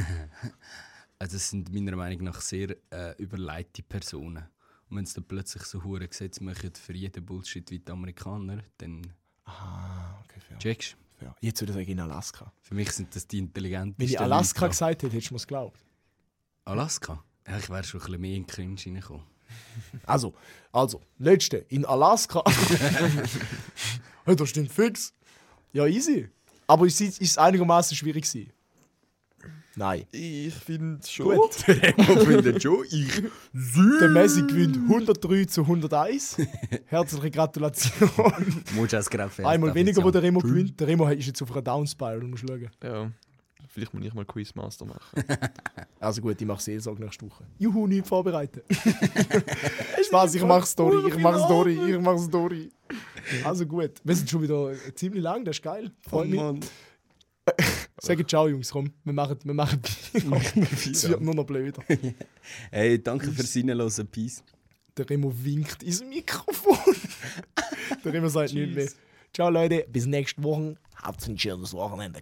Speaker 2: das sind meiner Meinung nach sehr äh, überleitete Personen. Und wenn sie dann plötzlich so hohe Gesetze machen für jeden Bullshit wie die Amerikaner, dann
Speaker 3: Ah, okay, fair.
Speaker 2: checkst du.
Speaker 3: fair. Jetzt würde ich sagen, in Alaska.
Speaker 2: Für mich sind das die intelligentesten.
Speaker 3: Wenn ich Alaska
Speaker 2: Leute.
Speaker 3: gesagt hätte, hättest du mir es geglaubt.
Speaker 2: Alaska? Ja, ich wäre schon ein bisschen mehr in den Cringe reingekommen.
Speaker 3: Also, also, letzte, in Alaska. ja, das stimmt fix. Ja, easy. Aber ist es ist einigermaßen schwierig gewesen? Nein.
Speaker 1: Ich finde es schon.
Speaker 3: Gut.
Speaker 2: Ich finde schon, ich.
Speaker 3: Der Messi gewinnt 103 zu 101. Herzliche Gratulation.
Speaker 2: Musst du es gerade fest.
Speaker 3: Einmal weniger, wo der Remo gewinnt. Der Remo ist jetzt auf einer Downspiral, du musst schauen.
Speaker 1: Ja. Vielleicht muss ich mal Quizmaster machen.
Speaker 3: Also gut, ich mache Seelsorge nächste Woche. Juhu, nicht vorbereitet. Spaß, ich mache Story, ich mache Story, ich mache Story. Also gut, wir sind schon wieder äh, ziemlich lang, das ist geil.
Speaker 2: Oh
Speaker 3: Freut mich. Sagen ciao, Jungs, komm, wir machen, wir machen Es wird nur noch blöder.
Speaker 2: Hey, danke fürs Reinhören, Peace.
Speaker 3: Der Remo winkt ins Mikrofon. Der Remo sagt nichts mehr. Ciao, Leute, bis nächste Woche.
Speaker 4: Habt ein schönes Wochenende.